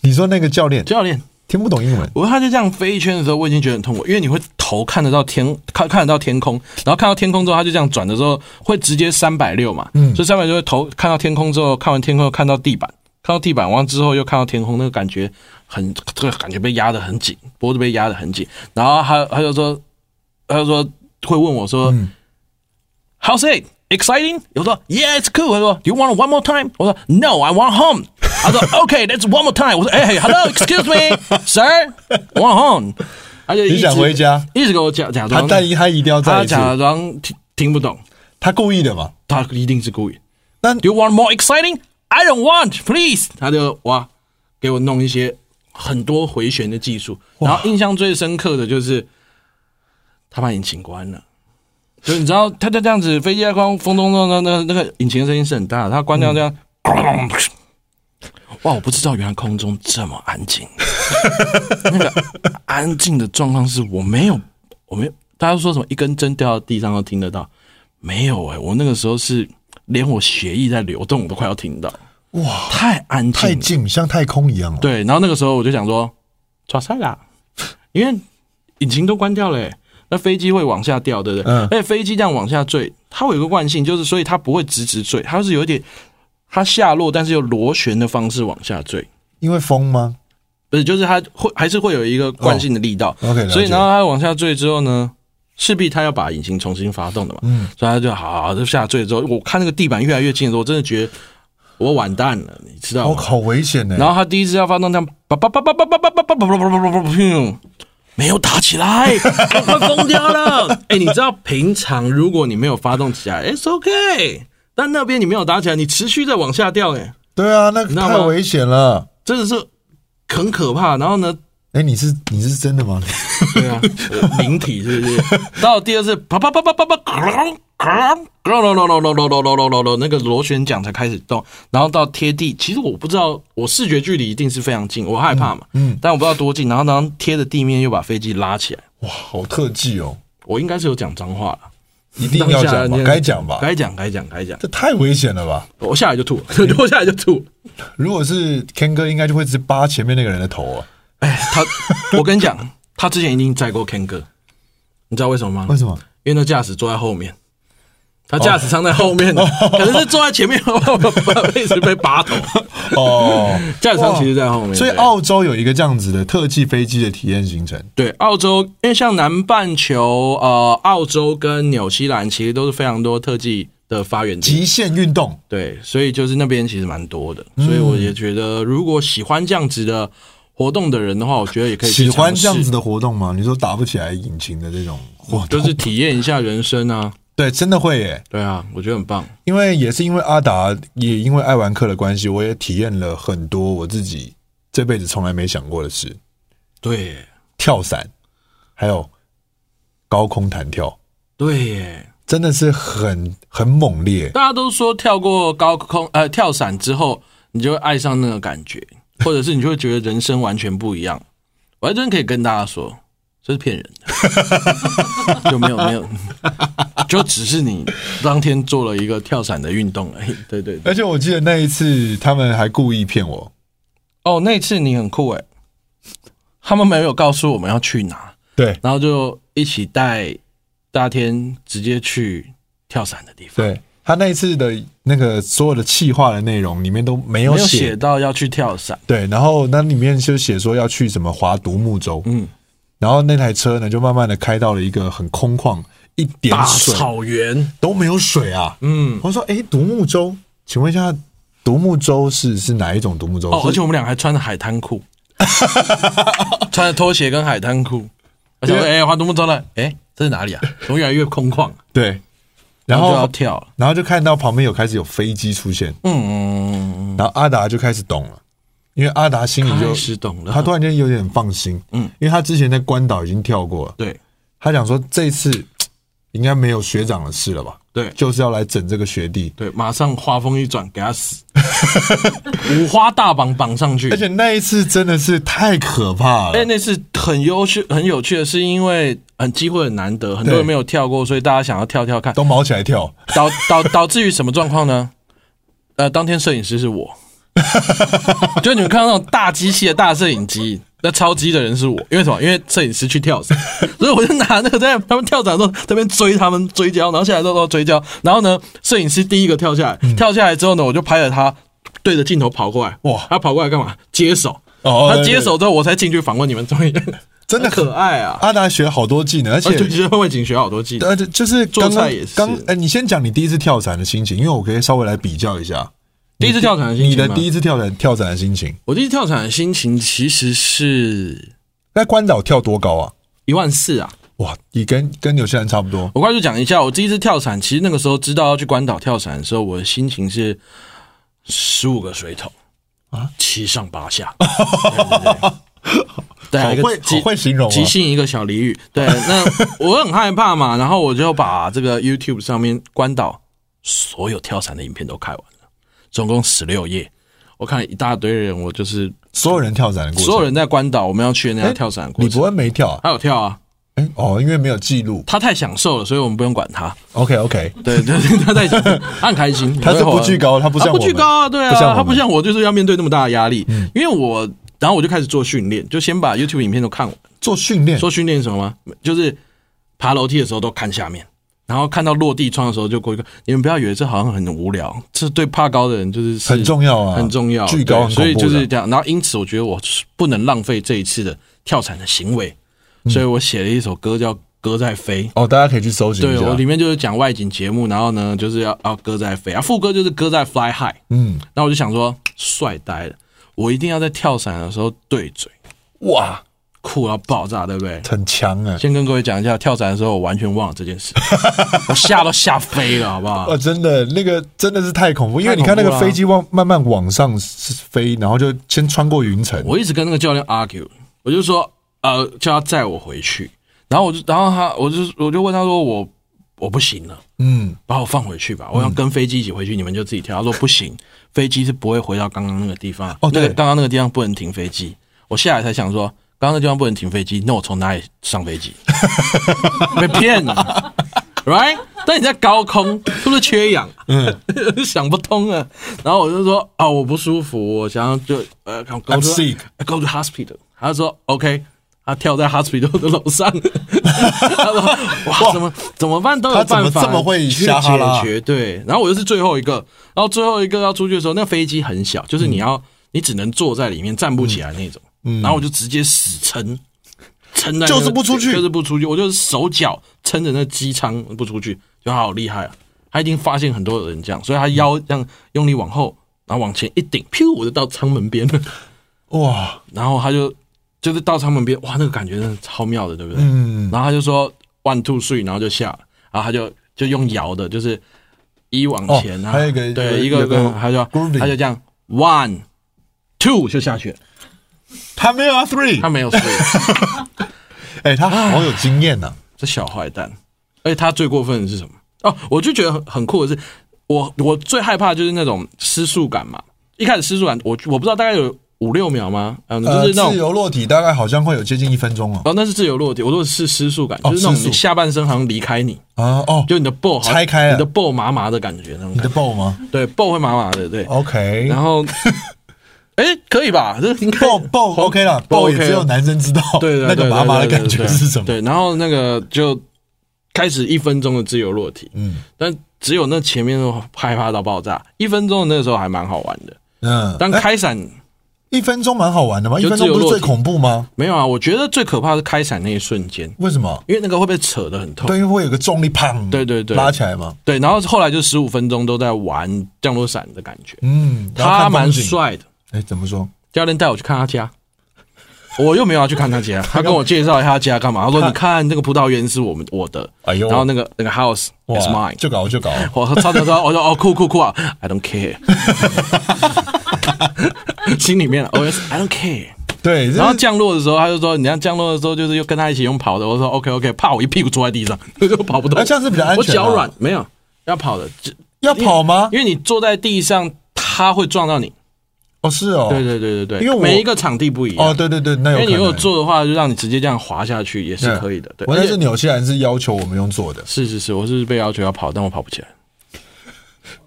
Speaker 1: 你说那个教练
Speaker 2: 教练，
Speaker 1: 听不懂英文，
Speaker 2: 我他就这样飞一圈的时候，我已经觉得很痛苦，因为你会头看得到天，看看得到天空，然后看到天空之后，他就这样转的时候，会直接三百六嘛，嗯，所以三百六头看到天空之后，看完天空又看到地板，看到地板完之后又看到天空，那个感觉很，这个感觉被压得很紧，脖子被压得很紧，然后他他就说，他就说会问我说、h o w s it？Exciting？我说 Yeah, it's cool。他说 Do you want one more time？我说 No, I want home。他说 OK, that's one more time。我说哎、Hello, excuse me, sir, want home？他就一直
Speaker 1: 你想回家，
Speaker 2: 一直给我假假
Speaker 1: 他
Speaker 2: 装，
Speaker 1: 但一他一定要再
Speaker 2: 他
Speaker 1: 一次，
Speaker 2: 假装听听不懂，
Speaker 1: 他故意的嘛？
Speaker 2: 他一定是故意。
Speaker 1: 那
Speaker 2: Do you want more exciting? I don't want, please。他就哇，给我弄一些很多回旋的技术。然后印象最深刻的就是他把引擎关了，就是你知道他他这样子飞机在空风中中那那那个引擎的声音是很大的，他关掉这样。咣哇！我不知道原来空中这么安静，那个安静的状况是我没有，我没有大家说什么一根针掉到地上都听得到，没有哎、我那个时候是连我血液在流动，我都快要听到，
Speaker 1: 哇，
Speaker 2: 太安静
Speaker 1: 太
Speaker 2: 了，
Speaker 1: 近，像太空一样哦。
Speaker 2: 对，然后那个时候我就想说，抓塞啦， (laughs) 因为引擎都关掉了、欸，那飞机会往下掉，对不对？
Speaker 1: 嗯
Speaker 2: 而且飞机这样往下坠，它会有一个惯性，就是所以它不会直直坠，它是有一点它下落，但是有螺旋的方式往下坠。
Speaker 1: 因为风吗？
Speaker 2: 不是，就是它会还是会有一个惯性的力道，
Speaker 1: 哦，OK，了解
Speaker 2: 所以然后它往下坠之后呢，势必它要把引擎重新发动的嘛，嗯，所以它就好好好就下坠之后，我看那个地板越来越近的时候，我真的觉得我完蛋了，你知道
Speaker 1: 哦，
Speaker 2: 吗？
Speaker 1: 好危险呢。
Speaker 2: 然后他第一次要发动这样，叭叭叭叭叭叭叭叭叭叭叭叭叭叭叭，没有打起来，我快疯掉了。哎，你知道平常如果你没有发动起来，it's OK，但那边你没有打起来，你持续在往下掉，哎，
Speaker 1: 对啊，那个
Speaker 2: 知道
Speaker 1: 太
Speaker 2: 吗
Speaker 1: 危险了。
Speaker 2: 真的是很可怕。然后呢，
Speaker 1: 哎，你是你是真的吗？ (laughs)
Speaker 2: 对啊，呃灵体是不是？到第二次，啪啪啪啪啪啪，哐哐哐隆隆隆隆隆隆隆隆隆隆，那个螺旋桨才开始动，然后到贴地。其实我不知道，我视觉距离一定是非常近，我害怕嘛，嗯，但我不知道多近。然后当贴着地面又把飞机拉起来，
Speaker 1: 哇，好特技哦，
Speaker 2: 我应该是有讲脏话了，
Speaker 1: 一定要讲吧
Speaker 2: 当，下
Speaker 1: 该讲吧。
Speaker 2: 该讲该讲该讲，
Speaker 1: 这太危险了吧？
Speaker 2: 我下来就吐，我下来就吐。
Speaker 1: 如果是 Ken 哥，应该就会直接扒前面那个人的头啊？
Speaker 2: 哎，他，我跟你讲，他之前一定载过 Ken 哥，你知道为什么吗？
Speaker 1: 为什么？
Speaker 2: 因为那驾驶坐在后面，
Speaker 1: 哦
Speaker 2: 他驾驶舱在后面，可能是坐在前面，一直被拔头。 (laughs)
Speaker 1: 哦，
Speaker 2: 驾驶舱其实在后面，
Speaker 1: 所以
Speaker 2: 对
Speaker 1: 澳洲有一个这样子的特技飞机的体验行程。
Speaker 2: 对澳洲，因为像南半球，呃，澳洲跟纽西兰其实都是非常多特技的发源地。
Speaker 1: 极限运动，
Speaker 2: 对，所以就是那边其实蛮多的，
Speaker 1: 嗯
Speaker 2: 所以我也觉得，如果喜欢这样子的活动的人的话，我觉得也可以去
Speaker 1: 喜欢这样
Speaker 2: 尝
Speaker 1: 子
Speaker 2: 试，
Speaker 1: 的活动吗？你说打不起来引擎的这种活
Speaker 2: 就
Speaker 1: 动，
Speaker 2: 是体验一下人生啊。
Speaker 1: 对，真的会耶。
Speaker 2: 对啊，我觉得很棒。
Speaker 1: 因为也是因为阿达，也因为爱玩客的关系，我也体验了很多我自己这辈子从来没想过的事：
Speaker 2: 对耶，
Speaker 1: 跳伞，还有高空弹跳，
Speaker 2: 对耶。
Speaker 1: 真的是很很猛烈。
Speaker 2: 大家都说跳过高空呃跳伞之后，你就会爱上那个感觉，
Speaker 1: (laughs)
Speaker 2: 或者是你就会觉得人生完全不一样。我还真可以跟大家说，这是骗人的， (laughs) 就没有没有，就只是你当天做了一个跳伞的运动而已。对对对。
Speaker 1: 而且我记得那一次，他们还故意骗我。
Speaker 2: 哦，那次你很酷哎，他们没有告诉我们要去哪，
Speaker 1: 对
Speaker 2: 然后就一起带大天直接去跳伞的地方。
Speaker 1: 对，他那一次的那个所有的企划的内容里面都没有
Speaker 2: 没有
Speaker 1: 写。
Speaker 2: 写到要去跳伞，
Speaker 1: 对，然后那里面就写说要去什么华独木舟，
Speaker 2: 嗯，
Speaker 1: 然后那台车呢就慢慢的开到了一个很空旷，一点
Speaker 2: 大
Speaker 1: 水
Speaker 2: 草原，
Speaker 1: 都没有水啊。
Speaker 2: 嗯，
Speaker 1: 我说，哎，独木舟，请问一下，独木舟是是哪一种独木舟？
Speaker 2: 哦，
Speaker 1: 是
Speaker 2: 而且我们俩还穿着海滩裤， (laughs) 穿着拖鞋跟海滩裤。我想说，哎、华东木舟了，哎、这是哪里啊？怎么越来越空旷、
Speaker 1: 对，然
Speaker 2: 然后就要
Speaker 1: 后
Speaker 2: 跳了。
Speaker 1: 然后就看到旁边有开始有飞机出现，
Speaker 2: 嗯，
Speaker 1: 然后阿达就开始懂了，因为阿达心里就
Speaker 2: 开始懂了
Speaker 1: 他突然间有点放心，嗯，因为他之前在关岛已经跳过了，
Speaker 2: 对
Speaker 1: 他想说这次嘖应该没有学长的事了吧？
Speaker 2: 对
Speaker 1: 就是要来整这个学弟。
Speaker 2: 对，马上话锋一转，给他死， (laughs) 五花大绑绑上去
Speaker 1: 而。且那一次真的是太可怕
Speaker 2: 哎、
Speaker 1: 了，
Speaker 2: 那是很优秀、很有趣的，是因为很机会很难得，很多人没有跳过，所以大家想要跳跳看。
Speaker 1: 都毛起来跳，
Speaker 2: 导导导致于什么状况呢？呃，当天摄影师是我，
Speaker 1: (laughs)
Speaker 2: 就你们看到那种大机器的大摄影机，那超机的人是我，因为什么？因为摄影师去跳伞，所以我就拿那个在他们跳伞的时候，这边追他们追焦，然后下来之后追焦，然后呢，摄影师第一个跳下
Speaker 1: 嗯
Speaker 2: 来，跳下来之后呢，我就拍了他对着镜头跑过来，
Speaker 1: 哇
Speaker 2: 他跑过来干嘛？接手。
Speaker 1: 哦
Speaker 2: 他接手之后，我才进去访问你们，终于
Speaker 1: 真的
Speaker 2: 可爱啊！
Speaker 1: 阿达学好多技能，而
Speaker 2: (laughs) 而且
Speaker 1: 且。
Speaker 2: 学会警学好多技能，
Speaker 1: 呃，就是刚
Speaker 2: 做
Speaker 1: 刚
Speaker 2: 菜也是
Speaker 1: 刚，呃，你先讲你第一次跳伞的心情，因为我可以稍微来比较一下
Speaker 2: 第一次跳伞的心情
Speaker 1: 你的
Speaker 2: 吗
Speaker 1: 第一次跳伞跳伞的心情。
Speaker 2: 我第一次跳伞的心情其实是
Speaker 1: 那关岛跳多高啊？
Speaker 2: 一万四啊！
Speaker 1: 哇，你跟跟纽西兰差不多。
Speaker 2: 我快速讲一下，我第一次跳伞，其实那个时候知道要去关岛跳伞的时候，我的心情是十五个水桶啊，七上
Speaker 1: (laughs)
Speaker 2: 八下。
Speaker 1: 好
Speaker 2: 对对对对，
Speaker 1: 会好会形容啊
Speaker 2: 即兴一个小俚语。
Speaker 1: (laughs)
Speaker 2: 对，那我很害怕嘛，然后我就把这个 YouTube 上面关岛所有跳伞的影片都看完了，总共十六页。我看了一大堆人，我就是
Speaker 1: 所有人跳伞的过程，
Speaker 2: 所有人在关岛，我们要去的那
Speaker 1: 哎
Speaker 2: 家跳伞的过
Speaker 1: 李
Speaker 2: 程，
Speaker 1: 伯恩没跳啊？
Speaker 2: 他有跳啊，
Speaker 1: 哎哦，因为没有记录。
Speaker 2: 他太享受了，所以我们不用管他。
Speaker 1: OK OK，
Speaker 2: 对对对， (laughs) 他在讲，他很开心，
Speaker 1: (laughs) 他是不惧高他不像
Speaker 2: 他
Speaker 1: 我
Speaker 2: 不
Speaker 1: 们
Speaker 2: 惧高啊，对啊，
Speaker 1: 不像我们嗯
Speaker 2: 他不像我，就是要面对那么大的压力，因为我。然后我就开始做训练，就先把 YouTube 影片都看完。
Speaker 1: 做训练
Speaker 2: 说训练是什么
Speaker 1: 嗯
Speaker 2: 吗？就是爬楼梯的时候都看下面，然后看到落地窗的时候就过去看。你们不要以为这好像很无聊，这对怕高的人就是是
Speaker 1: 很重要啊，
Speaker 2: 很重要，
Speaker 1: 巨高很恐怖
Speaker 2: 对所
Speaker 1: 的
Speaker 2: 以就是这样。然后因此，我觉得我是不能浪费这一次的跳伞的行为，所以我写了一首歌叫《歌在飞》。
Speaker 1: 哦，大家可以去搜集一
Speaker 2: 对，我
Speaker 1: 下。
Speaker 2: 里面就是讲外景节目，然后呢，就是要要歌在飞啊，副歌就是歌在 fly high。
Speaker 1: 嗯，
Speaker 2: 那我就想说，帅呆了，我一定要在跳伞的时候对嘴，
Speaker 1: 哇，
Speaker 2: 酷到爆炸，对不
Speaker 1: (laughs)
Speaker 2: 对？
Speaker 1: 很强哎，
Speaker 2: 先跟各位讲一下，跳伞的时候我完全忘了这件事， (laughs) 我吓都吓飞了，好不好？
Speaker 1: 哦，真的，那个真的是太恐怖，因为你看那个
Speaker 2: 太恐怖了啊
Speaker 1: 飞机往慢慢往上飞，然后就先穿过云层。
Speaker 2: 我一直跟那个教练 argue，我就说，呃，叫他载我回去，然后我就，然后他，我就我就问他说，我我不行了。
Speaker 1: 嗯，
Speaker 2: 把我放回去吧，我想跟飞机一起回去，你们就自己跳。他说不行，飞机是不会回到刚刚那个地方。
Speaker 1: 哦对
Speaker 2: 那个刚刚那个地方不能停飞机。我下来才想说，刚刚那地方不能停飞机，那我从哪里上
Speaker 1: (laughs)
Speaker 2: 飞机？被骗了，right？但你在高空是不是缺氧？嗯， (laughs) 想不通啊。然后我就说啊、我不舒服，我想要就呃，go to
Speaker 1: I'm sick
Speaker 2: go to hospital。他说 OK。他跳在 hospital 的楼上， (laughs) 他说：“哇，怎么怎么办都有
Speaker 1: 他怎么
Speaker 2: 办法
Speaker 1: 这么会
Speaker 2: 去
Speaker 1: 瞎哈拉啊
Speaker 2: 解决。对，然后我又是最后一个，然后最后一个要出去的时候，那个飞机很小，就是你要、你只能坐在里面站不起来那种。
Speaker 1: 嗯
Speaker 2: 然后我就直接死撑，撑在那个
Speaker 1: 就是不出去
Speaker 2: 就是不出去，我就是手脚撑着那机舱不出去，就好厉害啊！他已经发现很多人这样，所以他腰这样用力往后，然后往前一顶，噗，我就到舱门边了。 (laughs)
Speaker 1: 哇，
Speaker 2: 然后他就就是到舱门边，哇，那个感觉真的超妙的，对不对？
Speaker 1: 嗯，
Speaker 2: 然后他就说 one two three，然后就下了，然后他就就用摇的，就是一往前啊，
Speaker 1: 哦还有一个
Speaker 2: 对
Speaker 1: 有
Speaker 2: 一个
Speaker 1: 有
Speaker 2: 一个
Speaker 1: 个，
Speaker 2: 他就
Speaker 1: grooving
Speaker 2: 他就这样 one two 就下去了，
Speaker 1: 他没有啊 three，
Speaker 2: 他没有 three，
Speaker 1: 哎，他好有经验啊呐。
Speaker 2: 这小坏蛋。而且他最过分的是什么？哦，我就觉得很很酷的是，我我最害怕就是那种失速感嘛。一开始失速感，我我不知道大概有五六秒吗？嗯，就
Speaker 1: 呃，
Speaker 2: 是那种
Speaker 1: 自由落体大概好像会有接近一分
Speaker 2: (laughs)
Speaker 1: 钟哦。
Speaker 2: 哦，那是自由落体，我说的是失速感，
Speaker 1: 哦
Speaker 2: 就是那种
Speaker 1: 失速
Speaker 2: 你下半身好像离开你，
Speaker 1: 啊哦，
Speaker 2: 就你的 ball 好像
Speaker 1: 拆开了
Speaker 2: 你的 ball 麻麻的感觉，那种
Speaker 1: 你
Speaker 2: 感
Speaker 1: 的
Speaker 2: 觉
Speaker 1: ball 吗
Speaker 2: 对 ball 会麻麻的，对。
Speaker 1: 哦？OK，(laughs)
Speaker 2: 然后，哎，可以吧？这应该
Speaker 1: ball ball OK 了，ball 也
Speaker 2: OK 啊
Speaker 1: 只有男生知道
Speaker 2: 对对
Speaker 1: (laughs) 那个
Speaker 2: 对
Speaker 1: 麻麻的
Speaker 2: 对对
Speaker 1: 感觉
Speaker 2: 对
Speaker 1: 是什么。
Speaker 2: 对，然后那个就开始一分钟的自由落体，
Speaker 1: 嗯
Speaker 2: 但只有那前面害怕到爆炸，一分钟的那时候还蛮好玩的。
Speaker 1: 嗯，
Speaker 2: 但开伞
Speaker 1: 一分钟蛮好玩的吗？一
Speaker 2: 就
Speaker 1: 分
Speaker 2: 自
Speaker 1: 钟
Speaker 2: 由
Speaker 1: 不是
Speaker 2: 落
Speaker 1: 最
Speaker 2: 体
Speaker 1: 恐怖吗？
Speaker 2: 没有啊，我觉得最可怕是开伞那一瞬间，
Speaker 1: 为什么？
Speaker 2: 因为那个会被扯得很痛。
Speaker 1: 对，因为会有个重力，砰，
Speaker 2: 对对对
Speaker 1: 拉起来嘛。
Speaker 2: 对，然后后来就十五分钟都在玩降落伞的感觉，
Speaker 1: 嗯，然后
Speaker 2: 他
Speaker 1: 看风
Speaker 2: 蛮
Speaker 1: 景。
Speaker 2: 帅的。
Speaker 1: 哎，怎么说？
Speaker 2: 教练带我去看他家，我又没有要去看他
Speaker 1: (laughs)
Speaker 2: 家，他跟我介绍一下他家干嘛？他说：“你看那个葡萄园是我们我的，
Speaker 1: 哎呦
Speaker 2: 然后那个那个 house is
Speaker 1: 哇
Speaker 2: mine。
Speaker 1: 就搞就搞。”
Speaker 2: (laughs) 我超超超，我说：“哦，酷酷酷啊，I don't care。” (laughs) 心里面，我也是 I don't care。
Speaker 1: 对，
Speaker 2: 然
Speaker 1: 然
Speaker 2: 后
Speaker 1: 后
Speaker 2: 降落的时候，他就说：“你要降落的时候，就是又跟他一起用跑的。”我说：“OK OK，怕我一屁股坐在地上， (laughs) 我就跑不动。”
Speaker 1: 那这样是比较安全啊
Speaker 2: 我脚软，没有要跑的，只
Speaker 1: 要跑吗？
Speaker 2: 因为你坐在地上，他会撞到你。
Speaker 1: 哦，是哦，
Speaker 2: 对对对对对，
Speaker 1: 因为我
Speaker 2: 每一个场地不一样。
Speaker 1: 哦，对对对，那有
Speaker 2: 因
Speaker 1: 可能。
Speaker 2: 为你如果坐的话，就让你直接这样滑下去也是
Speaker 1: 对
Speaker 2: 可以的。对，
Speaker 1: 我
Speaker 2: 而
Speaker 1: 那
Speaker 2: 且
Speaker 1: 是纽西兰是要求我们用做的，
Speaker 2: 是是是，我是被要求要跑，但我跑不起来。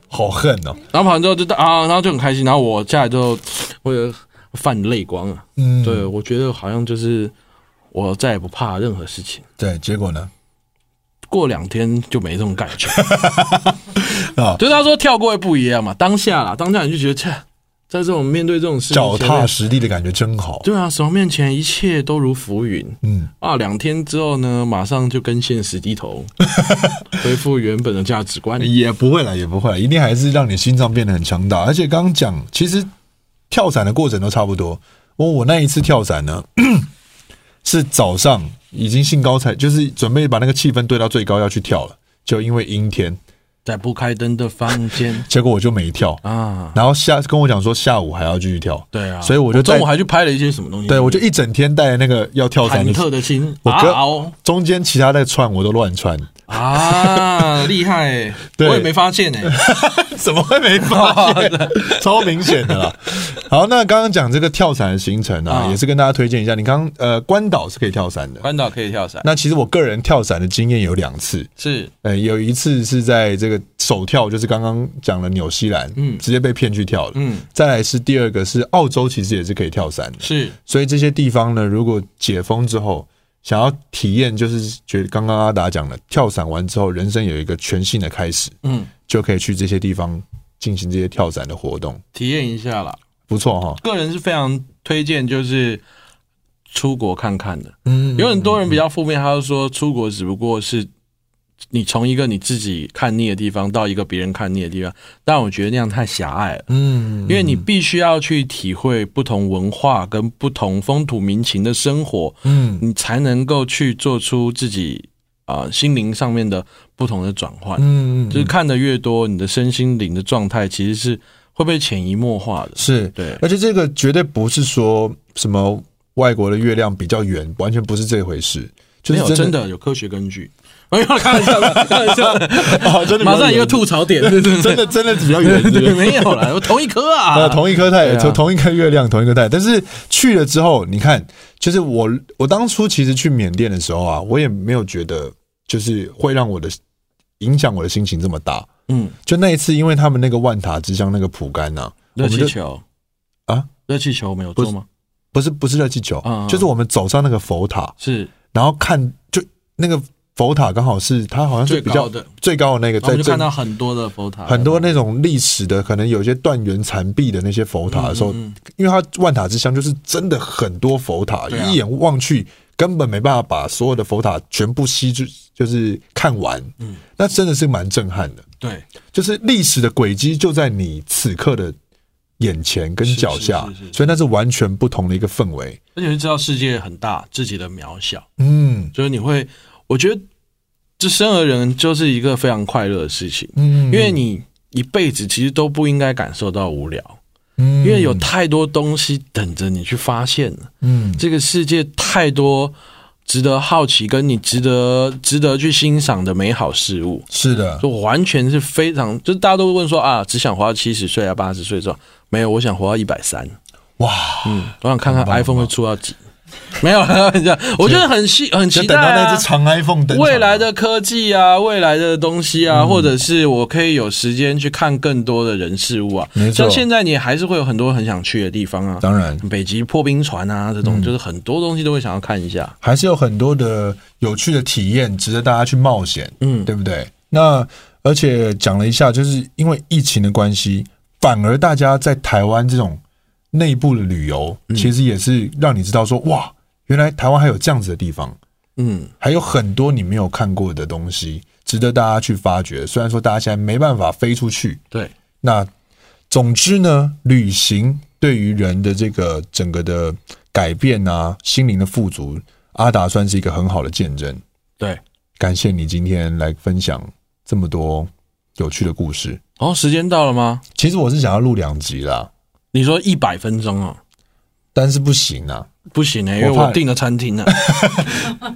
Speaker 1: 好恨哦。
Speaker 2: 然后跑完之后就到啊，然后就很开心。然后我下来之后，我有泛泪光啊。
Speaker 1: 嗯，
Speaker 2: 对，我觉得好像就是我再也不怕任何事情。
Speaker 1: 对，结果呢？
Speaker 2: 过两天就没这种感觉
Speaker 1: (laughs) 啊
Speaker 2: 就是他说跳过会不一样嘛，当下啦，当下你就觉得，切，在这种面对这种事情
Speaker 1: 脚
Speaker 2: 前面，
Speaker 1: 踏实地的感觉真好。
Speaker 2: 对啊，手面前一切都如浮云
Speaker 1: 嗯，
Speaker 2: 啊。两天之后呢，马上就跟现实
Speaker 1: (laughs)
Speaker 2: 低头，恢复原本的价值观。
Speaker 1: 也不会啦，也不会啦，一定还是让你心脏变得很强大。而且刚刚讲，其实跳伞的过程都差不多。我我那一次跳伞呢， (clears throat) 是早上已经兴高采，就是准备把那个气氛堆到最高要去跳了，就因为阴天，
Speaker 2: 在不开灯的房间
Speaker 1: 结果我就没跳。
Speaker 2: 啊，
Speaker 1: 然后下跟我讲说下午还要继续跳，
Speaker 2: 对啊，
Speaker 1: 所以我就带
Speaker 2: 中午还去拍了一些什么东西。
Speaker 1: 对我就一整天带那个要跳伞
Speaker 2: 忐
Speaker 1: 的，
Speaker 2: 忑的心，
Speaker 1: 我
Speaker 2: 啊
Speaker 1: 哥
Speaker 2: 哦
Speaker 1: 中间其他在串我都乱串， (laughs)
Speaker 2: 啊，厉害欸！
Speaker 1: 对
Speaker 2: 我也没发现哎，
Speaker 1: (laughs) 怎么会没发现？ (laughs) 超明显的啦。好，那刚刚讲这个跳伞的行程啊，
Speaker 2: 啊
Speaker 1: 也是跟大家推荐一下。你刚刚呃，关岛是可以跳伞的。
Speaker 2: 关岛可以跳伞，
Speaker 1: 那其实我个人跳伞的经验有两次，
Speaker 2: 是
Speaker 1: 呃，有一次是在这个首跳，就是刚刚讲了纽西兰，嗯，
Speaker 2: 嗯
Speaker 1: 直接被骗去跳的。
Speaker 2: 嗯
Speaker 1: 再来是第二个是澳洲，其实也是可以跳伞的。
Speaker 2: 是
Speaker 1: 所以这些地方呢，如果解封之后，想要体验，就是觉得刚刚阿达讲的，跳伞完之后，人生有一个全新的开始，
Speaker 2: 嗯，
Speaker 1: 就可以去这些地方进行这些跳伞的活动，
Speaker 2: 体验一下啦。
Speaker 1: 不错哈。
Speaker 2: 个人是非常推荐，就是出国看看的。
Speaker 1: 嗯
Speaker 2: 有很多人比较负面，他就说出国只不过是你从一个你自己看腻的地方到一个别人看腻的地方，但我觉得那样太狭隘了，
Speaker 1: 嗯
Speaker 2: 因为你必须要去体会不同文化跟不同风土民情的生活，
Speaker 1: 嗯
Speaker 2: 你才能够去做出自己啊、呃心灵上面的不同的转换。
Speaker 1: 嗯
Speaker 2: 就是看的越多，你的身心灵的状态其实是会被潜移默化的。
Speaker 1: 是，
Speaker 2: 对，
Speaker 1: 而且这个绝对不是说什么外国的月亮比较圆，完全不是这回事，就
Speaker 2: 没
Speaker 1: 是
Speaker 2: 有真的有科学根据。 (laughs) 没有开玩笑的，开玩笑的，
Speaker 1: 啊， (laughs) 真的比较
Speaker 2: 马上
Speaker 1: 圆
Speaker 2: 一个，
Speaker 1: (laughs)
Speaker 2: 吐槽点，对对
Speaker 1: 真
Speaker 2: 对
Speaker 1: 的真的比较圆，是不是
Speaker 2: 对，没有啦，我同一颗
Speaker 1: (laughs) 呃，
Speaker 2: 啊，
Speaker 1: 同一颗太
Speaker 2: 对啊
Speaker 1: 同、同一颗月亮，同一颗太阳。但是去了之后，你看，就是我我当初其实去缅甸的时候啊，我也没有觉得就是会让我的影响我的心情这么大。
Speaker 2: 嗯，
Speaker 1: 就那一次，因为他们那个万塔之乡那个蒲甘呐、我
Speaker 2: 热
Speaker 1: 们
Speaker 2: 气
Speaker 1: 就
Speaker 2: 球
Speaker 1: 啊，
Speaker 2: 热气球没有做吗？
Speaker 1: 不是不是热气球，
Speaker 2: 嗯嗯
Speaker 1: 就是我们走上那个佛塔，
Speaker 2: 是，
Speaker 1: 然后看就那个佛塔刚好是它好像是
Speaker 2: 最
Speaker 1: 比较
Speaker 2: 高的
Speaker 1: 最高的那个，
Speaker 2: 我
Speaker 1: 在
Speaker 2: 们就
Speaker 1: 正
Speaker 2: 看到很多的佛塔，
Speaker 1: 很多那种历史的，可能有一些断垣残壁的那些佛
Speaker 2: 嗯
Speaker 1: 塔的时候，因为它万塔之乡就是真的很多佛塔，
Speaker 2: 对啊
Speaker 1: 一眼望去根本没办法把所有的佛塔全部吸住，就是看完。嗯，那真的是蛮震撼的，
Speaker 2: 对
Speaker 1: 就是历史的轨迹就在你此刻的眼前跟脚下，
Speaker 2: 是是是是
Speaker 1: 所以那是完全不同的一个氛围。
Speaker 2: 而且就知道世界很大，自己的渺小，
Speaker 1: 嗯
Speaker 2: 就是你会，我觉得这生而人就是一个非常快乐的事情，
Speaker 1: 嗯
Speaker 2: 因为你一辈子其实都不应该感受到无聊，
Speaker 1: 因
Speaker 2: 因为有太多东西等着你去发现了。
Speaker 1: 嗯
Speaker 2: 这个世界太多值得好奇，跟你值得值得去欣赏的美好事物，
Speaker 1: 是的，
Speaker 2: 就完全是非常，就是大家都会问说啊，只想活到七十岁啊，八十岁这种，没有，我想活到一百三，
Speaker 1: 哇，
Speaker 2: 嗯，我想看看
Speaker 1: 棒啊
Speaker 2: iPhone 会出到几，没有啦，这样我觉得很期很
Speaker 1: 就
Speaker 2: 期
Speaker 1: 等
Speaker 2: 待
Speaker 1: 到那
Speaker 2: 啊
Speaker 1: 只。长 iPhone 登场嗯
Speaker 2: 未来的科技啊，未来的东西啊，或者是我可以有时间去看更多的人事物啊
Speaker 1: 没。错
Speaker 2: 像现在你还是会有很多很想去的地方啊，
Speaker 1: 当然。嗯
Speaker 2: 北极破冰船啊，这种、就是很多东西都会想要看一下。
Speaker 1: 还是有很多的有趣的体验，值得大家去冒险，
Speaker 2: 嗯，
Speaker 1: 对不对？那而且讲了一下，就是因为疫情的关系，反而大家在台湾这种内部的旅游，
Speaker 2: 嗯
Speaker 1: 其实也是让你知道说，哇，原来台湾还有这样子的地方，
Speaker 2: 嗯，
Speaker 1: 还有很多你没有看过的东西，值得大家去发掘。虽然说大家现在没办法飞出去，
Speaker 2: 对，
Speaker 1: 那总之呢，旅行对于人的这个整个的改变啊，心灵的富足，阿达算是一个很好的见证。
Speaker 2: 对。
Speaker 1: 感谢你今天来分享这么多有趣的故事。
Speaker 2: 哦，时间到了吗？
Speaker 1: 其实我是想要录两集啦，
Speaker 2: 你说一百分钟哦，
Speaker 1: 但是不行啊。
Speaker 2: 不行欸呢、因为
Speaker 1: 我怕
Speaker 2: 我订了餐厅呢、啊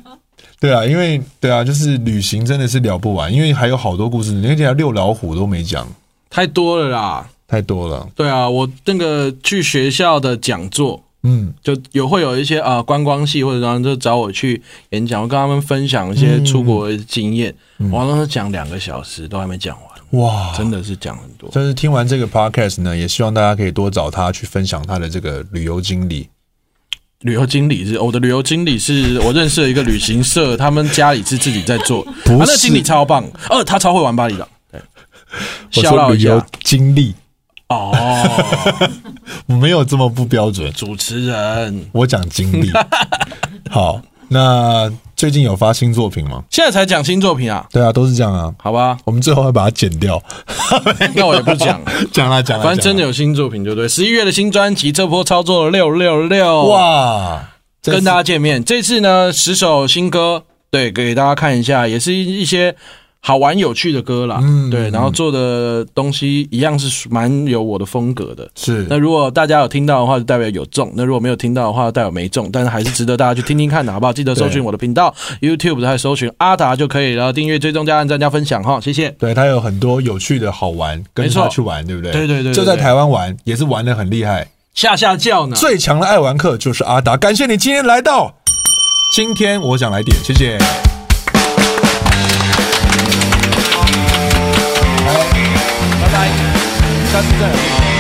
Speaker 1: 对啊，因为对啊，就是旅行真的是聊不完，因为还有好多故事，而且还六老虎都没讲，
Speaker 2: 太多了啦。
Speaker 1: 太多了。
Speaker 2: 对啊，我那个去学校的讲座，
Speaker 1: 嗯，
Speaker 2: 就有会有一些啊、呃观光系或者然后就找我去
Speaker 1: 嗯
Speaker 2: 演讲，我跟他们分享一些出国的经验，我好像都讲两个小时都还没讲完。
Speaker 1: 哇，
Speaker 2: 真的是讲很多。
Speaker 1: 但是听完这个 podcast 呢，也希望大家可以多找他去分享他的这个旅游经历。
Speaker 2: 旅游经理是我的旅游经理是我认识的一个旅
Speaker 1: (laughs)
Speaker 2: 行社，他们家里是自己在做，
Speaker 1: 不
Speaker 2: 啊、那
Speaker 1: 是
Speaker 2: 经理超棒，呃，他超会玩巴厘岛，对，
Speaker 1: 我
Speaker 2: 笑
Speaker 1: 说
Speaker 2: 到
Speaker 1: 旅
Speaker 2: 一
Speaker 1: 游
Speaker 2: 下
Speaker 1: 经历，
Speaker 2: 哦，
Speaker 1: 我没有这么不标准，
Speaker 2: 主持人
Speaker 1: 我讲经历。 (laughs) 好，那最近有发新作品吗？
Speaker 2: 现在才讲新作品啊，
Speaker 1: 对啊，都是这样啊。
Speaker 2: 好吧，
Speaker 1: 我们最后要把它剪掉， (laughs)
Speaker 2: 那我也不讲，
Speaker 1: 讲啦讲啦，
Speaker 2: 反正真的
Speaker 1: 有
Speaker 2: 有新作品就对，十一月的新专辑这波操作六六六，
Speaker 1: 哇，这
Speaker 2: 跟
Speaker 1: 是
Speaker 2: 大家见面。这次呢，十首新歌，对，给大家看一下，也是一一些好玩有趣的歌啦。
Speaker 1: 嗯
Speaker 2: 对，然后做的东西一样是蛮有我的风格的。那
Speaker 1: 是
Speaker 2: 如果大家有听到的话，就代表有中；那如果没有听到的话，代表没中。但是还是值得大家去听听看的，好不好？记得搜
Speaker 1: 对
Speaker 2: 寻我的频道 YouTube，再搜寻阿达就可以了。订阅、追踪、加按赞、加分享哈，谢谢。
Speaker 1: 对他有很多有趣的好玩，跟
Speaker 2: 没错
Speaker 1: 他去玩，对不对？
Speaker 2: 对对对对
Speaker 1: 就在
Speaker 2: 对
Speaker 1: 台湾玩，也是玩的很厉害。
Speaker 2: 下下叫呢，
Speaker 1: 最强的爱玩客就是阿达，感谢你今天来到。今天我想来点，谢谢。
Speaker 2: 拜拜。
Speaker 1: 下次再来。